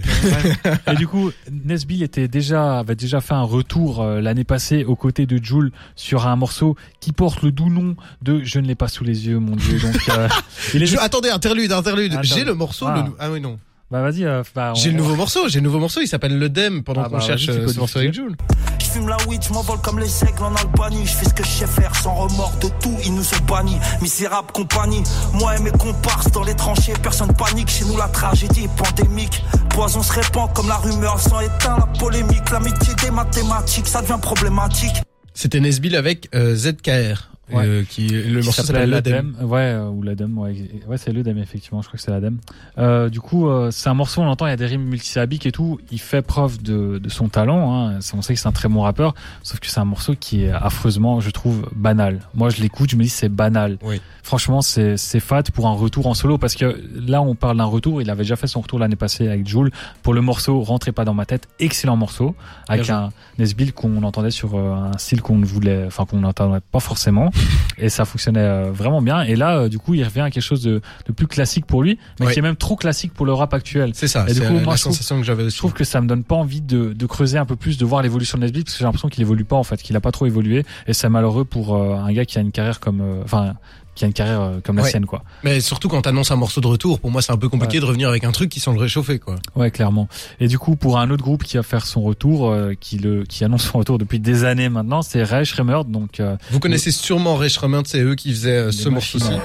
[SPEAKER 4] Et
[SPEAKER 2] [laughs]
[SPEAKER 4] du coup, Nesbill était déjà avait déjà fait un retour euh, l'année passée aux côtés de Jul sur un morceau qui porte le doux nom de Je ne l'ai pas sous les yeux, mon dieu. Donc,
[SPEAKER 2] [laughs]
[SPEAKER 4] euh, il est
[SPEAKER 2] Je- Attendez, interlude, interlude.
[SPEAKER 4] Attends.
[SPEAKER 2] J'ai le morceau. le
[SPEAKER 4] Ah.
[SPEAKER 2] nou- Ah oui, non.
[SPEAKER 4] Bah vas-y. euh, bah, on-
[SPEAKER 2] J'ai le nouveau morceau, j'ai le nouveau morceau, il s'appelle Le Dem pendant
[SPEAKER 4] Ah
[SPEAKER 2] qu'on
[SPEAKER 4] bah,
[SPEAKER 2] cherche
[SPEAKER 4] vas-y, tu
[SPEAKER 2] euh,
[SPEAKER 4] peux
[SPEAKER 2] ce morceau avec Jules.
[SPEAKER 5] Je fume la weed, je m'envole comme les aigles en Albanie. Je fais ce que je sais faire, sans remords de tout, ils nous ont bannis. Misérable compagnie, moi et mes comparses dans les tranchées, personne panique. Chez nous, la tragédie est pandémique. Poison se répand comme la rumeur, le sang éteint la polémique. L'amitié des mathématiques, ça devient problématique.
[SPEAKER 2] C'était Nesbill avec euh, ZKR.
[SPEAKER 4] Ouais.
[SPEAKER 2] euh, qui, le
[SPEAKER 4] Qui
[SPEAKER 2] morceau
[SPEAKER 4] s'appelle
[SPEAKER 2] s'appelle L'Adem.
[SPEAKER 4] l'Adem. Ouais, euh, ou l'Adem, ouais, ouais c'est l'Adem, effectivement, je crois que c'est l'Adem. Euh, du coup, euh, c'est un morceau, on l'entend, il y a des rimes multisyllabiques et tout, il fait preuve de, de son talent, hein. C'est- on sait que c'est un très bon rappeur, sauf que c'est un morceau qui est affreusement, je trouve, banal. Moi, je l'écoute, je me dis, c'est banal.
[SPEAKER 2] Oui.
[SPEAKER 4] Franchement, c'est c'est fat pour un retour en solo, parce que là, on parle d'un retour, il avait déjà fait son retour l'année passée avec Joule pour le morceau Rentrez pas dans ma tête, excellent morceau, avec
[SPEAKER 3] Bien
[SPEAKER 4] un Nesbill qu'on entendait sur euh, un style qu'on ne voulait, enfin, qu'on n'entendait pas forcément
[SPEAKER 2] [laughs]
[SPEAKER 4] et ça fonctionnait euh, vraiment bien. Et là, euh, du coup, il revient à quelque chose de, de plus classique pour lui, mais
[SPEAKER 2] Ouais.
[SPEAKER 4] qui est même trop classique pour le rap actuel.
[SPEAKER 2] C'est ça,
[SPEAKER 4] Et du
[SPEAKER 2] c'est
[SPEAKER 4] coup,
[SPEAKER 2] euh,
[SPEAKER 4] moi,
[SPEAKER 2] la
[SPEAKER 4] je trouve-
[SPEAKER 2] sensation que j'avais
[SPEAKER 4] Je
[SPEAKER 2] aussi.
[SPEAKER 4] trouve que ça me donne pas envie de, de creuser un peu plus, de voir l'évolution de Nesbitt, parce que j'ai l'impression qu'il évolue pas en fait, qu'il a pas trop évolué, et c'est malheureux pour euh, un gars qui a une carrière comme, euh, enfin, qui a une carrière euh, comme la
[SPEAKER 2] Ouais.
[SPEAKER 4] sienne, quoi.
[SPEAKER 2] Mais surtout quand t'annonces un morceau de retour, pour moi c'est un peu compliqué de revenir avec un truc qui semble réchauffer quoi.
[SPEAKER 4] Ouais, clairement. Et du coup, pour un autre groupe qui va faire son retour, euh, qui le, qui annonce son retour depuis des années maintenant, c'est Reich Remerd, donc. euh,
[SPEAKER 2] Vous connaissez sûrement Rich Remen, c'est eux qui faisaient euh,
[SPEAKER 4] des
[SPEAKER 2] ce morceau-ci.
[SPEAKER 4] machines,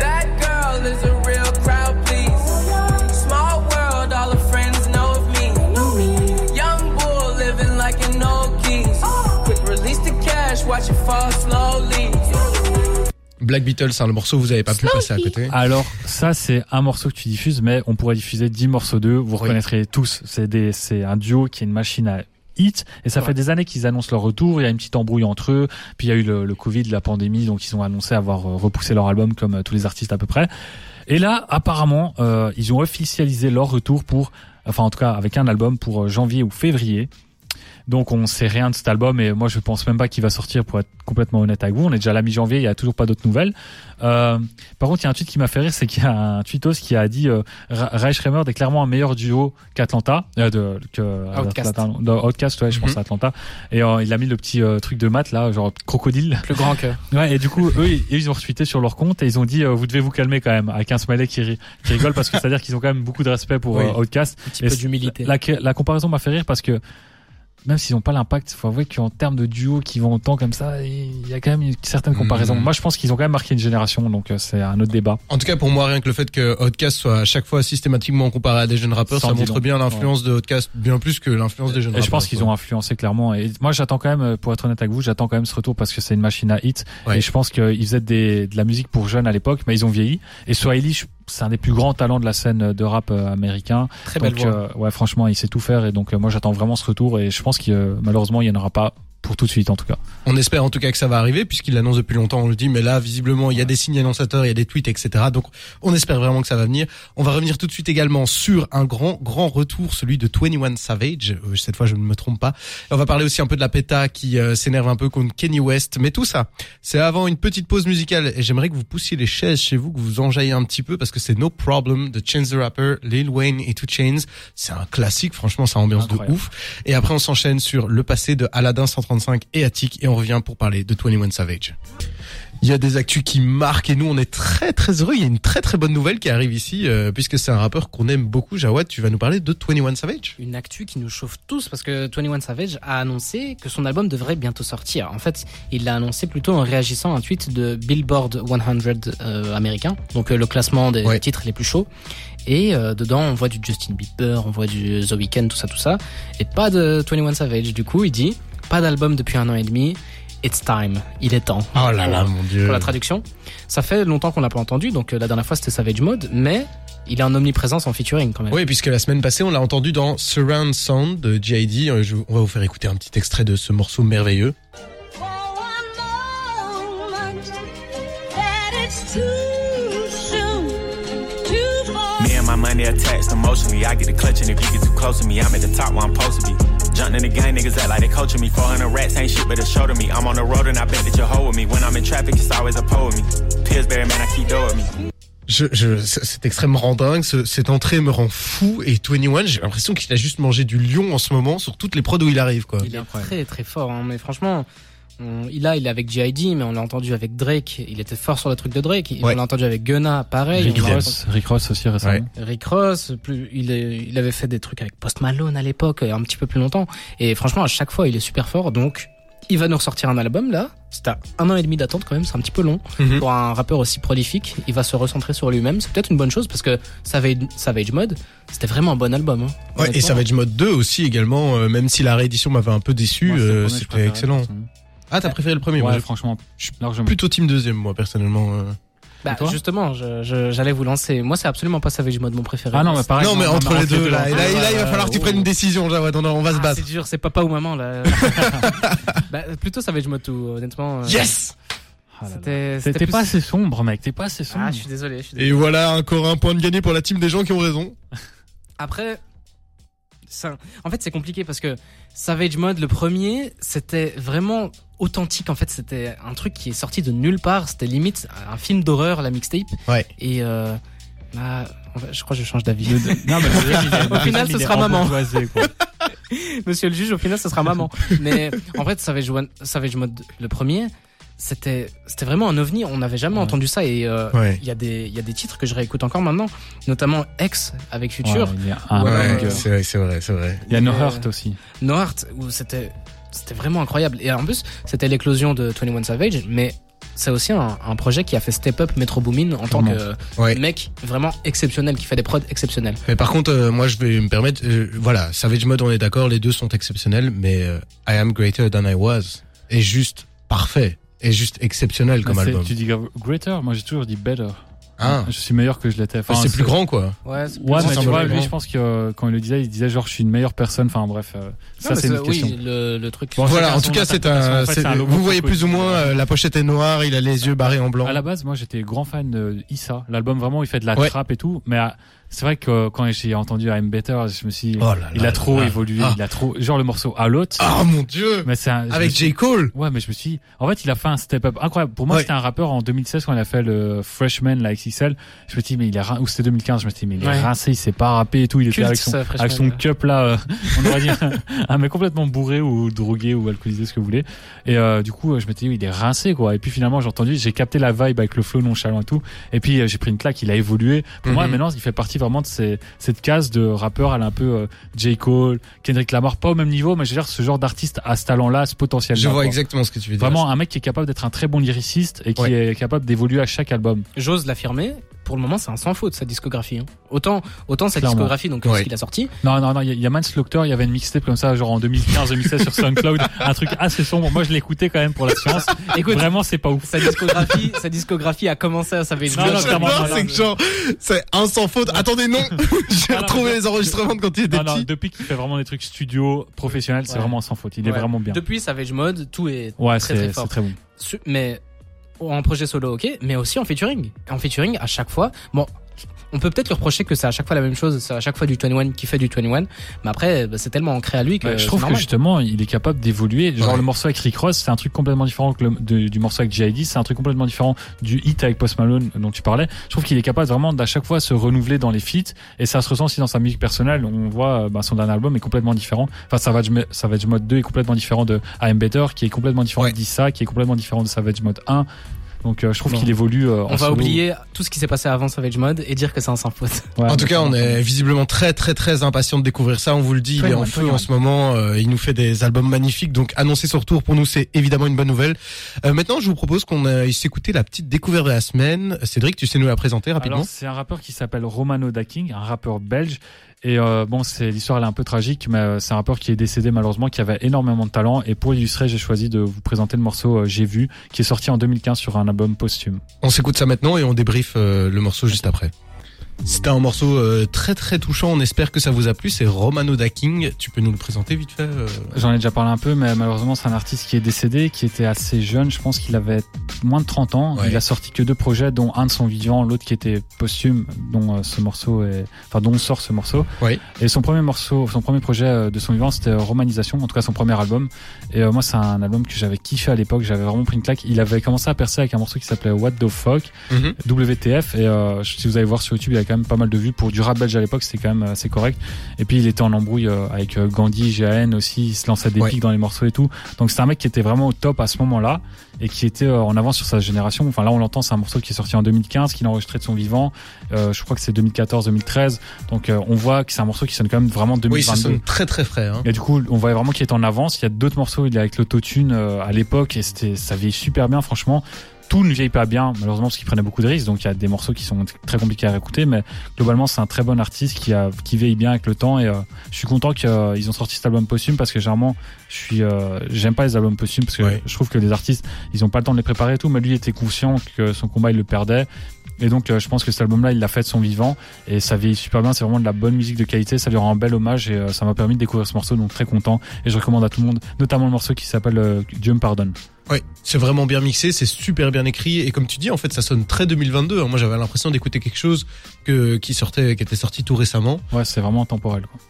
[SPEAKER 6] That girl is a real crowd, please. Small world, all her friends know of me. Young bull living like an old geese. Quick release the cash, watch it fall slowly.
[SPEAKER 2] Black Beatles, c'est un morceau que vous avez pas pu passer à côté.
[SPEAKER 4] Alors ça c'est un morceau que tu diffuses, mais on pourrait diffuser 10 morceaux d'eux, vous reconnaîtrez tous. C'est des, c'est un duo qui est une machine à hit et ça fait des années qu'ils annoncent leur retour. Il y a une petite embrouille entre eux, puis il y a eu le, le Covid, la pandémie, donc ils ont annoncé avoir euh, repoussé leur album comme euh, tous les artistes à peu près. Et là apparemment euh, ils ont officialisé leur retour pour, enfin en tout cas avec un album pour euh, janvier ou février. Donc on sait rien de cet album et moi je pense même pas qu'il va sortir pour être complètement honnête avec vous. On est déjà à la mi-janvier, il y a toujours pas d'autres nouvelles. Euh, par contre, il y a un tweet qui m'a fait rire, c'est qu'il y a un tweetos qui a dit euh, Ra- Reich Remord est clairement un meilleur duo qu'Atlanta, euh, de, que
[SPEAKER 3] Outkast.
[SPEAKER 4] Atlanta, non, Outkast, ouais, je pense
[SPEAKER 2] Mhm.
[SPEAKER 4] à Atlanta. Et euh, il a mis le petit euh, truc de maths là, genre crocodile.
[SPEAKER 3] Plus grand que.
[SPEAKER 4] Ouais, et du [laughs] coup, eux, ils- ils ont retweeté sur leur compte et ils ont dit euh, vous devez vous calmer quand même avec un smiley qui, ri- qui rigole parce que c'est à dire qu'ils ont quand même beaucoup de respect pour
[SPEAKER 2] Oui.
[SPEAKER 4] euh, Outkast.
[SPEAKER 3] Un petit
[SPEAKER 4] Et
[SPEAKER 3] peu
[SPEAKER 4] c'est-
[SPEAKER 3] d'humilité.
[SPEAKER 4] La, la comparaison m'a fait rire parce que même s'ils n'ont pas l'impact, faut avouer qu'en termes de duo qui vont autant comme ça, il y, y a quand même une certaine comparaison.
[SPEAKER 2] Mhm.
[SPEAKER 4] Moi, je pense qu'ils ont quand même marqué une génération, donc euh, c'est un autre débat.
[SPEAKER 2] En tout cas, pour moi, rien que le fait que Outcast soit à chaque fois systématiquement comparé à des jeunes rappeurs,
[SPEAKER 4] Sans
[SPEAKER 2] ça
[SPEAKER 4] dire
[SPEAKER 2] montre
[SPEAKER 4] non.
[SPEAKER 2] bien l'influence de Outcast, bien plus que l'influence des jeunes
[SPEAKER 4] Et
[SPEAKER 2] rappeurs.
[SPEAKER 4] je pense qu'ils ont influencé clairement. Et moi, j'attends quand même, euh, pour être honnête avec vous, j'attends quand même ce retour parce que c'est une machine à hit.
[SPEAKER 2] Ouais.
[SPEAKER 4] Et je pense qu'ils faisaient des, de la musique pour jeunes à l'époque, mais ils ont vieilli. Et Swahili, je- c'est un des plus grands talents de la scène de rap euh, américain.
[SPEAKER 3] Très belle
[SPEAKER 4] donc,
[SPEAKER 3] voix.
[SPEAKER 4] euh, ouais, franchement, il sait tout faire. Et donc, euh, moi, j'attends vraiment ce retour. Et je pense que euh, malheureusement, il n'y en aura pas pour tout de suite, en tout cas.
[SPEAKER 2] On espère en tout cas que ça va arriver, puisqu'il l'annonce depuis longtemps, on le dit, mais là, visiblement, il y a des signes annonçateurs, il y a des tweets, etc. Donc, on espère vraiment que ça va venir. On va revenir tout de suite également sur un grand, grand retour, celui de 21 Savage. Euh, Cette fois, je ne me trompe pas. Et on va parler aussi un peu de la PETA qui euh, s'énerve un peu contre Kenny West. Mais tout ça, c'est avant une petite pause musicale. Et j'aimerais que vous poussiez les chaises chez vous, que vous enjailliez un petit peu, parce que c'est No Problem de Chance the Rapper, Lil Wayne et Two Chains. C'est un classique, franchement, ça ambiance
[SPEAKER 4] Incroyable.
[SPEAKER 2] de ouf. Et après, on s'enchaîne sur le passé de Aladdin 135 et Attic et on revient pour parler de 21 Savage. Il y a des actus qui marquent et nous on est très très heureux. Il y a une très très bonne nouvelle qui arrive ici euh, puisque c'est un rappeur qu'on aime beaucoup. Jawad, tu vas nous parler de 21 Savage
[SPEAKER 3] Une actu qui nous chauffe tous parce que 21 Savage a annoncé que son album devrait bientôt sortir. En fait, il l'a annoncé plutôt en réagissant à un tweet de Billboard 100 euh, américain, donc euh, le classement des
[SPEAKER 2] Ouais.
[SPEAKER 3] titres les plus chauds. Et euh, dedans, on voit du Justin Bieber, on voit du The Weeknd, tout ça, tout ça. Et pas de 21 Savage. Du coup, il dit pas d'album depuis un an et demi. It's time. Il est temps.
[SPEAKER 2] Oh mon dieu.
[SPEAKER 3] pour la traduction. Ça fait longtemps qu'on l'a pas entendu, donc euh, la dernière fois c'était Savage Mode, mais il est en omniprésence en featuring quand même.
[SPEAKER 2] Oui, puisque la semaine passée, on l'a entendu dans Surround Sound de G.I.D. Euh, je- On va vous faire écouter un petit extrait de ce morceau merveilleux.
[SPEAKER 5] Me and my money attached emotionally. I get the clutch, and if you get too close to me, I'm at the top where I'm supposed to be. Jumped in the game, niggas act like they coaching me. 400 rats ain't shit, but a show to me. I'm on the road, and I bet that you're hoeing me. When I'm in traffic, it's always a pole with me. Pillsbury, man, I keep dough with me.
[SPEAKER 2] Je, je, c'est c'est extrêmement dingue, ce- cette entrée me rend fou et 21, j'ai l'impression qu'il a juste mangé du lion en ce moment sur toutes les prods où il arrive quoi.
[SPEAKER 3] Il est
[SPEAKER 4] incroyable.
[SPEAKER 3] très très fort, hein, mais franchement, on- il a, il est avec G.I.D., mais on l'a entendu avec Drake, il était fort sur le truc de Drake, il-
[SPEAKER 2] Ouais.
[SPEAKER 3] on l'a entendu avec Gunna, pareil.
[SPEAKER 4] Rick
[SPEAKER 3] on l'a
[SPEAKER 4] Ross, Rick Ross aussi récemment.
[SPEAKER 2] Ouais.
[SPEAKER 3] Rick Ross, plus, il, est- il avait fait des trucs avec Post Malone à l'époque, et un petit peu plus longtemps. Et franchement, à chaque fois, il est super fort. Donc, il va nous ressortir un album là. C'est à un an et demi d'attente quand même, c'est un petit peu long.
[SPEAKER 2] Mhm.
[SPEAKER 3] Pour un rappeur aussi prolifique, il va se recentrer sur lui-même. C'est peut-être une bonne chose parce que Savage, Savage Mode, c'était vraiment un bon album. hein.
[SPEAKER 2] Ouais, et
[SPEAKER 3] Honnêtement.
[SPEAKER 2] Savage Mode 2 aussi également, euh, même si la réédition m'avait un peu déçu,
[SPEAKER 4] Moi, c'est le
[SPEAKER 2] euh,
[SPEAKER 4] premier que je
[SPEAKER 2] c'était
[SPEAKER 4] préférais,
[SPEAKER 2] excellent.
[SPEAKER 4] de toute façon.
[SPEAKER 2] Ah, t'as préféré le premier Moi,
[SPEAKER 4] Ouais,
[SPEAKER 2] je
[SPEAKER 4] franchement,
[SPEAKER 2] je suis
[SPEAKER 4] largement.
[SPEAKER 2] plutôt team deuxième, moi, personnellement. euh.
[SPEAKER 3] Bah,
[SPEAKER 4] toi
[SPEAKER 3] justement, je- je- j'allais vous lancer. Moi, c'est absolument pas Savage Mode mon préféré.
[SPEAKER 4] Ah non, mais pareil.
[SPEAKER 2] non, mais
[SPEAKER 4] on a
[SPEAKER 2] entre les
[SPEAKER 4] marqué
[SPEAKER 2] deux, là,
[SPEAKER 4] hein.
[SPEAKER 2] et là, et là, il va
[SPEAKER 3] euh,
[SPEAKER 2] falloir que tu
[SPEAKER 3] oh.
[SPEAKER 2] prennes une décision, Jawad, on, on va se
[SPEAKER 3] Ah,
[SPEAKER 2] battre.
[SPEAKER 3] c'est dur, c'est papa ou maman
[SPEAKER 4] [laughs]
[SPEAKER 3] là. bah, plutôt Savage Mode tout, honnêtement. euh,
[SPEAKER 2] Yes
[SPEAKER 4] Ah là là.
[SPEAKER 3] C'était
[SPEAKER 4] T'es
[SPEAKER 3] c'était
[SPEAKER 4] t'es
[SPEAKER 3] plus-
[SPEAKER 4] pas assez sombre, mec. T'es pas assez sombre.
[SPEAKER 3] Ah, je suis désolé, je suis désolé.
[SPEAKER 2] Et voilà, encore un point de gagné pour la team des gens qui ont raison.
[SPEAKER 3] Après, ça- en fait, c'est compliqué parce que Savage Mode, le premier, c'était vraiment authentique. En fait, c'était un truc qui est sorti de nulle part. C'était limite un film d'horreur, la mixtape.
[SPEAKER 2] Ouais.
[SPEAKER 3] Et euh, bah, en fait, je crois que je change d'avis.
[SPEAKER 4] Le- Non, mais le deuxième, il
[SPEAKER 3] [laughs]
[SPEAKER 4] est-
[SPEAKER 3] Au final,
[SPEAKER 4] il
[SPEAKER 3] ce
[SPEAKER 4] est
[SPEAKER 3] sera maman.
[SPEAKER 4] embourgeoisé, quoi.
[SPEAKER 3] Monsieur le juge, au final, ce sera
[SPEAKER 4] [laughs]
[SPEAKER 3] maman. Mais en fait, Savage, One- Savage Mode, le premier, c'était c'était vraiment un ovni. On n'avait jamais
[SPEAKER 4] Ouais.
[SPEAKER 3] entendu ça. Et euh, il
[SPEAKER 2] Ouais.
[SPEAKER 3] y, a des- il y a des titres que je réécoute encore maintenant, notamment X avec Future.
[SPEAKER 4] Ouais, il y a un
[SPEAKER 3] Ouais,
[SPEAKER 4] dingue.
[SPEAKER 3] euh,
[SPEAKER 2] c'est vrai, c'est vrai, c'est vrai.
[SPEAKER 4] Ah, Il y a No
[SPEAKER 3] Euh,
[SPEAKER 4] Hurt aussi.
[SPEAKER 3] Noart où c'était c'était vraiment incroyable et en plus c'était l'éclosion de 21 Savage mais c'est aussi un, un projet qui a fait step up Metro Boomin en tant que
[SPEAKER 2] Ouais.
[SPEAKER 3] mec vraiment exceptionnel qui fait des prods exceptionnels
[SPEAKER 2] Mais par contre, euh, moi, je vais me permettre, euh, voilà, Savage Mode, on est d'accord, les deux sont exceptionnels, mais euh, I Am Greater Than I Was est juste parfait, est juste exceptionnel comme
[SPEAKER 4] Mais Bah, c'est-
[SPEAKER 2] album.
[SPEAKER 4] Tu dis greater, moi j'ai toujours dit better.
[SPEAKER 2] Hein
[SPEAKER 4] Je suis meilleur que je l'étais. Enfin,
[SPEAKER 2] bah, c'est plus grand, quoi.
[SPEAKER 3] ouais
[SPEAKER 4] Ouais, mais tu vois,
[SPEAKER 2] Sensiblement.
[SPEAKER 4] lui, je pense que euh, quand il le disait, il disait genre je suis une meilleure personne. Enfin bref, euh, ça c'est une autre question.
[SPEAKER 3] oui le, le truc
[SPEAKER 4] Bon,
[SPEAKER 2] voilà,
[SPEAKER 4] chacun
[SPEAKER 2] en
[SPEAKER 4] son
[SPEAKER 2] tout cas, c'est
[SPEAKER 4] interprétation.
[SPEAKER 2] un.
[SPEAKER 4] En fait,
[SPEAKER 2] c'est-
[SPEAKER 4] c'est un logo
[SPEAKER 2] vous voyez
[SPEAKER 4] coco.
[SPEAKER 2] plus ou moins, euh, la pochette est noire, il a les yeux barrés en blanc.
[SPEAKER 4] À Ah, la base, moi j'étais grand fan de Issa. L'album vraiment, il fait de la
[SPEAKER 2] Ouais.
[SPEAKER 4] trappe et tout. Mais euh, c'est vrai que euh, quand j'ai entendu I'm Better, je me suis. dit,
[SPEAKER 2] Oh là
[SPEAKER 4] il
[SPEAKER 2] là
[SPEAKER 4] a trop
[SPEAKER 2] là.
[SPEAKER 4] évolué.
[SPEAKER 2] Ah.
[SPEAKER 4] Il a trop. Genre le morceau à l'autre.
[SPEAKER 2] Oh mon dieu
[SPEAKER 4] Mais c'est un- je me
[SPEAKER 2] Avec
[SPEAKER 4] suis-
[SPEAKER 2] J. Cole
[SPEAKER 4] Ouais, mais je me suis dit, en fait, il a fait un step-up incroyable. Pour moi,
[SPEAKER 2] Ouais.
[SPEAKER 4] c'était un rappeur en 2016 quand il a fait le Freshman, la XXL. Je me suis dit, mais il est ra- ou c'était 2015, je me suis dit, mais il est
[SPEAKER 3] Ouais.
[SPEAKER 4] rincé, il s'est pas rappé et tout. Il était
[SPEAKER 3] Culte,
[SPEAKER 4] avec son,
[SPEAKER 3] ça,
[SPEAKER 4] avec son
[SPEAKER 3] euh, Freshman.
[SPEAKER 4] cup là, euh, [laughs] on aurait dit un, un mec complètement bourré ou drogué ou alcoolisé, ce que vous voulez. Et euh, du coup, euh, je me suis dit, il est rincé quoi. Et puis finalement, j'ai entendu, j'ai capté la vibe avec le flow nonchalant et tout. Et puis euh, j'ai pris une claque, il a évolué. Pour moi,
[SPEAKER 2] Mhm.
[SPEAKER 4] maintenant, il fait partie vraiment de ces- cette case de rappeur, elle est un peu euh, J. Cole, Kendrick Lamar, pas au même niveau, mais je veux dire, ce genre d'artiste à ce talent-là, ce potentiel-là.
[SPEAKER 2] Je vois
[SPEAKER 4] quoi.
[SPEAKER 2] exactement ce que tu veux dire.
[SPEAKER 4] Vraiment un mec qui est capable d'être un très bon lyriciste et qui
[SPEAKER 2] Ouais.
[SPEAKER 4] est capable d'évoluer à chaque album.
[SPEAKER 3] J'ose l'affirmer. Pour le moment, c'est un sans faute sa discographie. hein. Autant, autant sa
[SPEAKER 4] Clairement.
[SPEAKER 3] discographie, donc euh,
[SPEAKER 2] Ouais.
[SPEAKER 3] ce qu'il a sorti.
[SPEAKER 4] Non, non, non, il y a- il y a Manslaughter, il y avait une mixtape comme ça, genre en 2015-2016
[SPEAKER 3] [laughs]
[SPEAKER 4] sur SoundCloud, un truc assez sombre. Moi, je l'écoutais quand même pour la science.
[SPEAKER 3] Écoute,
[SPEAKER 4] Vraiment, c'est pas ouf.
[SPEAKER 3] sa discographie, sa discographie a commencé à s'avérer.
[SPEAKER 4] Non, non,
[SPEAKER 2] Ce que
[SPEAKER 4] clairement,
[SPEAKER 2] [laughs] j'adore,
[SPEAKER 4] non,
[SPEAKER 2] c'est
[SPEAKER 4] non.
[SPEAKER 2] que genre, c'est un sans faute. Attendez, non, [laughs] j'ai
[SPEAKER 4] Non, non,
[SPEAKER 2] retrouvé
[SPEAKER 4] mais-
[SPEAKER 2] les enregistrements de quand il était
[SPEAKER 4] Non, non,
[SPEAKER 2] petit.
[SPEAKER 4] depuis qu'il fait vraiment des trucs studio, professionnel, c'est
[SPEAKER 3] Ouais.
[SPEAKER 4] vraiment sans faute. Il est
[SPEAKER 3] Ouais.
[SPEAKER 4] vraiment
[SPEAKER 3] [laughs]
[SPEAKER 4] bien.
[SPEAKER 3] Depuis Savage Mode, tout est
[SPEAKER 4] Ouais,
[SPEAKER 3] Très,
[SPEAKER 4] c'est
[SPEAKER 3] très
[SPEAKER 4] c'est
[SPEAKER 3] fort.
[SPEAKER 4] très, bon.
[SPEAKER 3] su- mais en projet solo, ok, mais aussi en featuring. En featuring, à chaque fois, bon, on peut peut-être lui reprocher que c'est à chaque fois la même chose, c'est à chaque fois du 21 qui fait du 21, mais après, bah, c'est tellement ancré à lui que
[SPEAKER 4] Ouais, je
[SPEAKER 3] c'est
[SPEAKER 4] trouve que
[SPEAKER 3] normal.
[SPEAKER 4] justement, il est capable d'évoluer. Genre
[SPEAKER 2] Ouais.
[SPEAKER 4] le morceau avec Rick Ross, c'est un truc complètement différent que le, de- du morceau avec J.I.D. C'est un truc complètement différent du hit avec Post Malone dont tu parlais. Je trouve qu'il est capable vraiment d'à chaque fois se renouveler dans les feats et ça se ressent aussi dans sa musique personnelle. On voit euh, bah, son dernier album est complètement différent. Enfin, Savage, Me- Savage Mode 2 est complètement différent de I Am Better, qui est complètement différent
[SPEAKER 2] Ouais.
[SPEAKER 4] de Dissa, qui est complètement différent de Savage Mode 1. Donc euh, je trouve
[SPEAKER 3] Bon.
[SPEAKER 4] qu'il évolue. euh, en
[SPEAKER 3] On va
[SPEAKER 4] solo.
[SPEAKER 3] oublier tout ce qui s'est passé avant Savage Mode et dire que c'est un sans faute.
[SPEAKER 4] Ouais,
[SPEAKER 2] En tout cas, on
[SPEAKER 4] exactement.
[SPEAKER 2] est visiblement très très très impatient de découvrir ça. On vous le dit, il est en
[SPEAKER 4] 21,
[SPEAKER 2] feu en ce moment. euh, il nous fait des albums magnifiques. Donc annoncer son retour pour nous, c'est évidemment une bonne nouvelle. Euh, maintenant, je vous propose qu'on aille s'écouter la petite découverte de la semaine. Cédric, tu sais nous la présenter rapidement
[SPEAKER 4] Alors, c'est un rappeur qui s'appelle Romano Daking, un rappeur belge. Et euh, bon, c'est l'histoire elle est un peu tragique, mais euh, c'est un rappeur qui est décédé malheureusement, qui avait énormément de talent. Et pour illustrer, j'ai choisi de vous présenter le morceau euh, J'ai vu, qui est sorti en 2015 sur un album posthume.
[SPEAKER 2] On s'écoute ça maintenant et on débriefe euh, le morceau juste après. C'était un morceau euh, très très touchant. On espère que ça vous a plu. C'est Romano Daking. Tu peux nous le présenter vite fait euh,
[SPEAKER 4] J'en ai déjà parlé un peu, mais malheureusement, c'est un artiste qui est décédé, qui était assez jeune. Je pense qu'il avait moins de 30 ans.
[SPEAKER 2] Ouais.
[SPEAKER 4] Il a sorti que deux projets, dont un de son vivant, l'autre qui était posthume, dont euh, ce morceau est, enfin, dont sort ce morceau.
[SPEAKER 2] Ouais.
[SPEAKER 4] Et son premier morceau, son premier projet euh, de son vivant, c'était euh, Romanisation, en tout cas son premier album. Et euh, moi, c'est un album que j'avais kiffé à l'époque. J'avais vraiment pris une claque. Il avait commencé à percer avec un morceau qui s'appelait What the fuck.
[SPEAKER 2] Mhm.
[SPEAKER 4] WTF et euh, si vous allez voir sur YouTube il y a quand même pas mal de vues pour du rap belge à l'époque c'était quand même assez correct et puis il était en embrouille euh, avec euh, Gandhi GAN aussi il se lançait des
[SPEAKER 2] Ouais.
[SPEAKER 4] pics dans les morceaux et tout donc c'est un mec qui était vraiment au top à ce moment là et qui était euh, en avance sur sa génération enfin là on l'entend c'est un morceau qui est sorti en 2015 qu'il a enregistré de son vivant Euh, je crois que c'est 2014-2013 donc euh, on voit que c'est un morceau qui sonne quand même vraiment 2022
[SPEAKER 2] Oui, ça sonne très très frais. Hein.
[SPEAKER 4] et du coup, on voit vraiment qu'il est en avance. Il y a d'autres morceaux, il est avec l'autotune euh, à l'époque et c'était, ça vieillit super bien, franchement. Tout ne vieillit pas bien, malheureusement, parce qu'il prenait beaucoup de risques. Donc, il y a des morceaux qui sont t- très compliqués à écouter, mais globalement, c'est un très bon artiste qui, a, qui vieillit bien avec le temps. Et euh, je suis content qu'ils euh, ont sorti cet album posthume parce que généralement, je suis, euh, j'aime pas les albums posthumes parce que
[SPEAKER 2] Ouais.
[SPEAKER 4] je trouve que les artistes, ils ont pas le temps de les préparer et tout. Mais lui, il était conscient que son combat, il le perdait. Et donc, euh, je pense que cet album-là, il l'a fait de son vivant et ça vieillit super bien. C'est vraiment de la bonne musique de qualité. Ça lui rend un bel hommage et euh, ça m'a permis de découvrir ce morceau, donc très content. Et je recommande à tout le monde, notamment le morceau qui s'appelle euh, Dieu me pardonne.
[SPEAKER 2] Oui, c'est vraiment bien mixé, c'est super bien écrit et comme tu dis en fait ça sonne très 2022. hein. Moi j'avais l'impression d'écouter quelque chose que qui sortait qui était sorti tout récemment.
[SPEAKER 4] Ouais, c'est vraiment temporel. Quoi.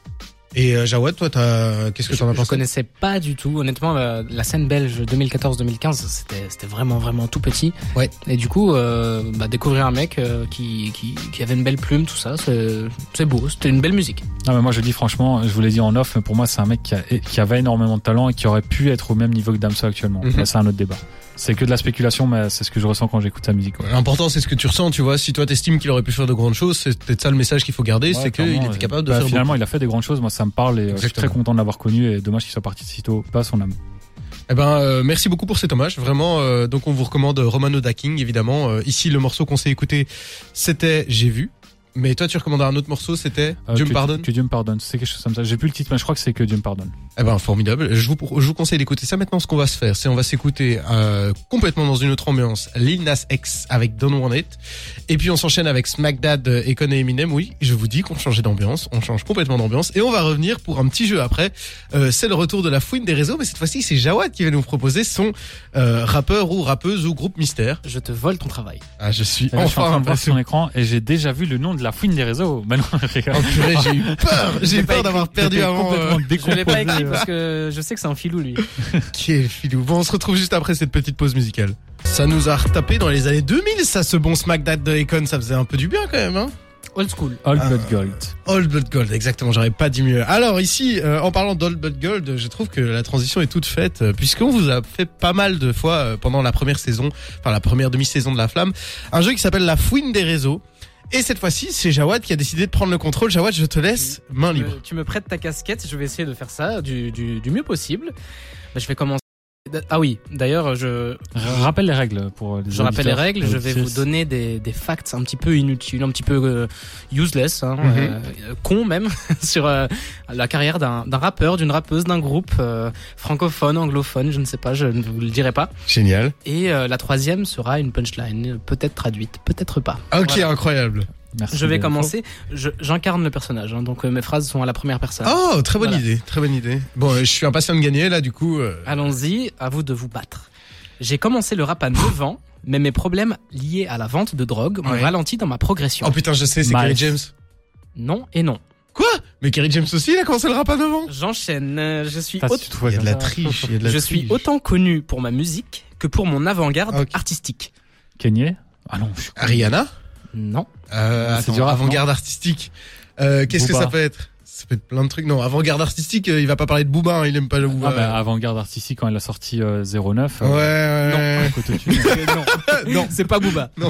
[SPEAKER 2] Et euh, Jawad, toi t'as qu'est-ce que
[SPEAKER 3] Je,
[SPEAKER 2] t'en as
[SPEAKER 3] je
[SPEAKER 2] pensé
[SPEAKER 3] connaissais pas du tout, honnêtement, la, la scène belge 2014-2015, c'était c'était vraiment, vraiment tout petit.
[SPEAKER 2] Ouais.
[SPEAKER 3] Et du coup, euh, bah, découvrir un mec euh, qui, qui, qui avait une belle plume, tout ça, c'est c'est beau, c'était une belle musique.
[SPEAKER 4] Non, mais moi, je dis franchement, je vous l'ai dit en off, mais pour moi, c'est un mec qui, a- qui avait énormément de talent et qui aurait pu être au même niveau que Damso actuellement.
[SPEAKER 2] Mhm.
[SPEAKER 4] Mais c'est un autre débat. C'est que de la spéculation, mais c'est ce que je ressens quand j'écoute sa musique. quoi.
[SPEAKER 2] L'important c'est ce que tu ressens, tu vois. Si toi t'estimes qu'il aurait pu faire de grandes choses, c'est peut-être ça le message qu'il faut garder,
[SPEAKER 4] Ouais,
[SPEAKER 2] c'est qu'il
[SPEAKER 4] clairement,
[SPEAKER 2] était
[SPEAKER 4] euh,
[SPEAKER 2] capable de
[SPEAKER 4] bah,
[SPEAKER 2] faire.
[SPEAKER 4] Finalement,
[SPEAKER 2] beaucoup.
[SPEAKER 4] il a fait des grandes choses. Moi, ça me parle et euh, je suis
[SPEAKER 2] Exactement.
[SPEAKER 4] très content de l'avoir connu. Et dommage qu'il soit parti de sitôt. Pas son âme.
[SPEAKER 2] Eh ben euh, merci beaucoup pour cet hommage, vraiment. euh, donc on vous recommande Romano Daking évidemment. Euh, ici le morceau qu'on s'est écouté c'était J'ai vu. Mais toi tu recommandes un autre morceau, c'était
[SPEAKER 4] Euh,
[SPEAKER 2] Dieu me
[SPEAKER 4] que-
[SPEAKER 2] pardonne.
[SPEAKER 4] Que Dieu me pardonne. C'est quelque chose comme ça. J'ai plus le titre, mais je crois que c'est que Dieu me pardonne.
[SPEAKER 2] Eh ben formidable. Je vous, je vous conseille d'écouter ça. Maintenant, ce qu'on va se faire, c'est on va s'écouter euh, complètement dans une autre ambiance. Lil Nas X avec Don't Want It. Et puis on s'enchaîne avec Smack Dad euh, et Kanye Eminem. Oui, je vous dis qu'on changeait d'ambiance. On change complètement d'ambiance. Et on va revenir pour un petit jeu après. Euh, c'est le retour de la fouine des réseaux. Mais cette fois-ci, c'est Jawad qui va nous proposer son euh, rappeur ou rappeuse ou groupe mystère.
[SPEAKER 3] Je te vole ton travail.
[SPEAKER 2] Ah, je suis
[SPEAKER 4] Et là, Eh ben, je suis en
[SPEAKER 2] enfin
[SPEAKER 4] train de voir
[SPEAKER 2] impatient.
[SPEAKER 4] son écran et j'ai déjà vu le nom de la fouine des réseaux. [laughs] Mais non, regarde.
[SPEAKER 2] Oh purée, j'ai eu peur. J'ai peur d'avoir perdu
[SPEAKER 4] J'étais
[SPEAKER 2] avant. euh,
[SPEAKER 4] complètement
[SPEAKER 2] [laughs]
[SPEAKER 3] Je l'ai pas
[SPEAKER 4] décomposé.
[SPEAKER 3] écrit parce que je sais que c'est un filou, lui.
[SPEAKER 2] Quel filou. Bon, on se retrouve juste après cette petite pause musicale. Ça nous a retapé dans les années 2000, ça, ce bon Smack Dad de Econ, ça faisait un peu du bien quand même, hein
[SPEAKER 3] Old school.
[SPEAKER 4] All
[SPEAKER 2] Ah.
[SPEAKER 4] but gold.
[SPEAKER 2] Old Blood Gold, exactement, j'aurais pas dit mieux. Alors ici, euh, en parlant d'Old Blood Gold, je trouve que la transition est toute faite, euh, puisqu'on vous a fait pas mal de fois euh, pendant la première saison, enfin la première demi-saison de La Flamme, un jeu qui s'appelle La Fouine des réseaux. Et cette fois-ci, c'est Jawad qui a décidé de prendre le contrôle. Jawad, je te laisse main
[SPEAKER 3] Tu
[SPEAKER 2] libre.
[SPEAKER 3] me, Euh, tu me prêtes ta casquette, je vais essayer de faire ça du, du, du mieux possible. Bah, je vais commencer. Ah oui, d'ailleurs, je,
[SPEAKER 4] R- Rappelle les règles pour les
[SPEAKER 3] Je rappelle les
[SPEAKER 4] auditeurs.
[SPEAKER 3] règles, je vais
[SPEAKER 4] Chris.
[SPEAKER 3] vous donner des, des facts un petit peu inutiles, un petit peu euh, useless, hein,
[SPEAKER 2] Mhm.
[SPEAKER 3] euh, euh, con même, [laughs] sur euh, la carrière d'un d'un rappeur, d'une rappeuse, d'un groupe euh, francophone, anglophone, je ne sais pas, je ne vous le dirai pas.
[SPEAKER 2] Génial.
[SPEAKER 3] Et euh, la troisième sera une punchline, peut-être traduite, peut-être pas.
[SPEAKER 2] Ok,
[SPEAKER 3] Voilà.
[SPEAKER 2] incroyable.
[SPEAKER 4] Merci
[SPEAKER 3] Je vais
[SPEAKER 4] Gaël.
[SPEAKER 3] commencer, Je- j'incarne le personnage, hein, donc euh, mes phrases sont à la première personne.
[SPEAKER 2] Oh, très bonne
[SPEAKER 3] Voilà.
[SPEAKER 2] idée, très bonne idée. Bon, euh, je suis impatient de gagner là, du coup. euh,
[SPEAKER 3] Allons-y, à vous de vous battre. J'ai commencé le rap à 9 ans, mais mes problèmes liés à la vente de drogue m'ont
[SPEAKER 2] Ouais.
[SPEAKER 3] ralenti dans ma progression.
[SPEAKER 2] Oh putain, je sais, c'est Kerry
[SPEAKER 4] Miles.
[SPEAKER 2] James.
[SPEAKER 3] Non et non.
[SPEAKER 2] Quoi Mais Kerry James aussi, il a commencé le rap à 9 ans
[SPEAKER 3] J'enchaîne, euh, je suis
[SPEAKER 4] Putain,
[SPEAKER 3] autant-
[SPEAKER 4] tu te vois
[SPEAKER 2] Il y a de
[SPEAKER 4] comme
[SPEAKER 2] la
[SPEAKER 4] ça.
[SPEAKER 2] triche, il y a de la
[SPEAKER 3] Je
[SPEAKER 2] triche.
[SPEAKER 3] suis autant connu pour ma musique que pour mon avant-garde
[SPEAKER 2] Ok.
[SPEAKER 3] artistique.
[SPEAKER 4] Kenyé Ah non, je suis
[SPEAKER 2] Rihanna
[SPEAKER 3] [laughs] Non.
[SPEAKER 2] Euh,
[SPEAKER 4] C'est
[SPEAKER 2] attends,
[SPEAKER 4] du rap,
[SPEAKER 2] avant-garde artistique. Euh, Qu'est-ce que
[SPEAKER 4] Booba.
[SPEAKER 2] ça peut être Ça peut être plein de trucs. Non, avant-garde artistique, euh, il va pas parler de Booba, hein, il aime pas le Booba.
[SPEAKER 4] Ah bah, avant-garde artistique quand elle a sorti euh, 09.
[SPEAKER 3] ah,
[SPEAKER 2] ouais,
[SPEAKER 4] euh, [laughs]
[SPEAKER 2] ouais,
[SPEAKER 4] côté dessus.
[SPEAKER 3] [laughs]
[SPEAKER 2] Non.
[SPEAKER 3] c'est pas Booba.
[SPEAKER 2] ouais.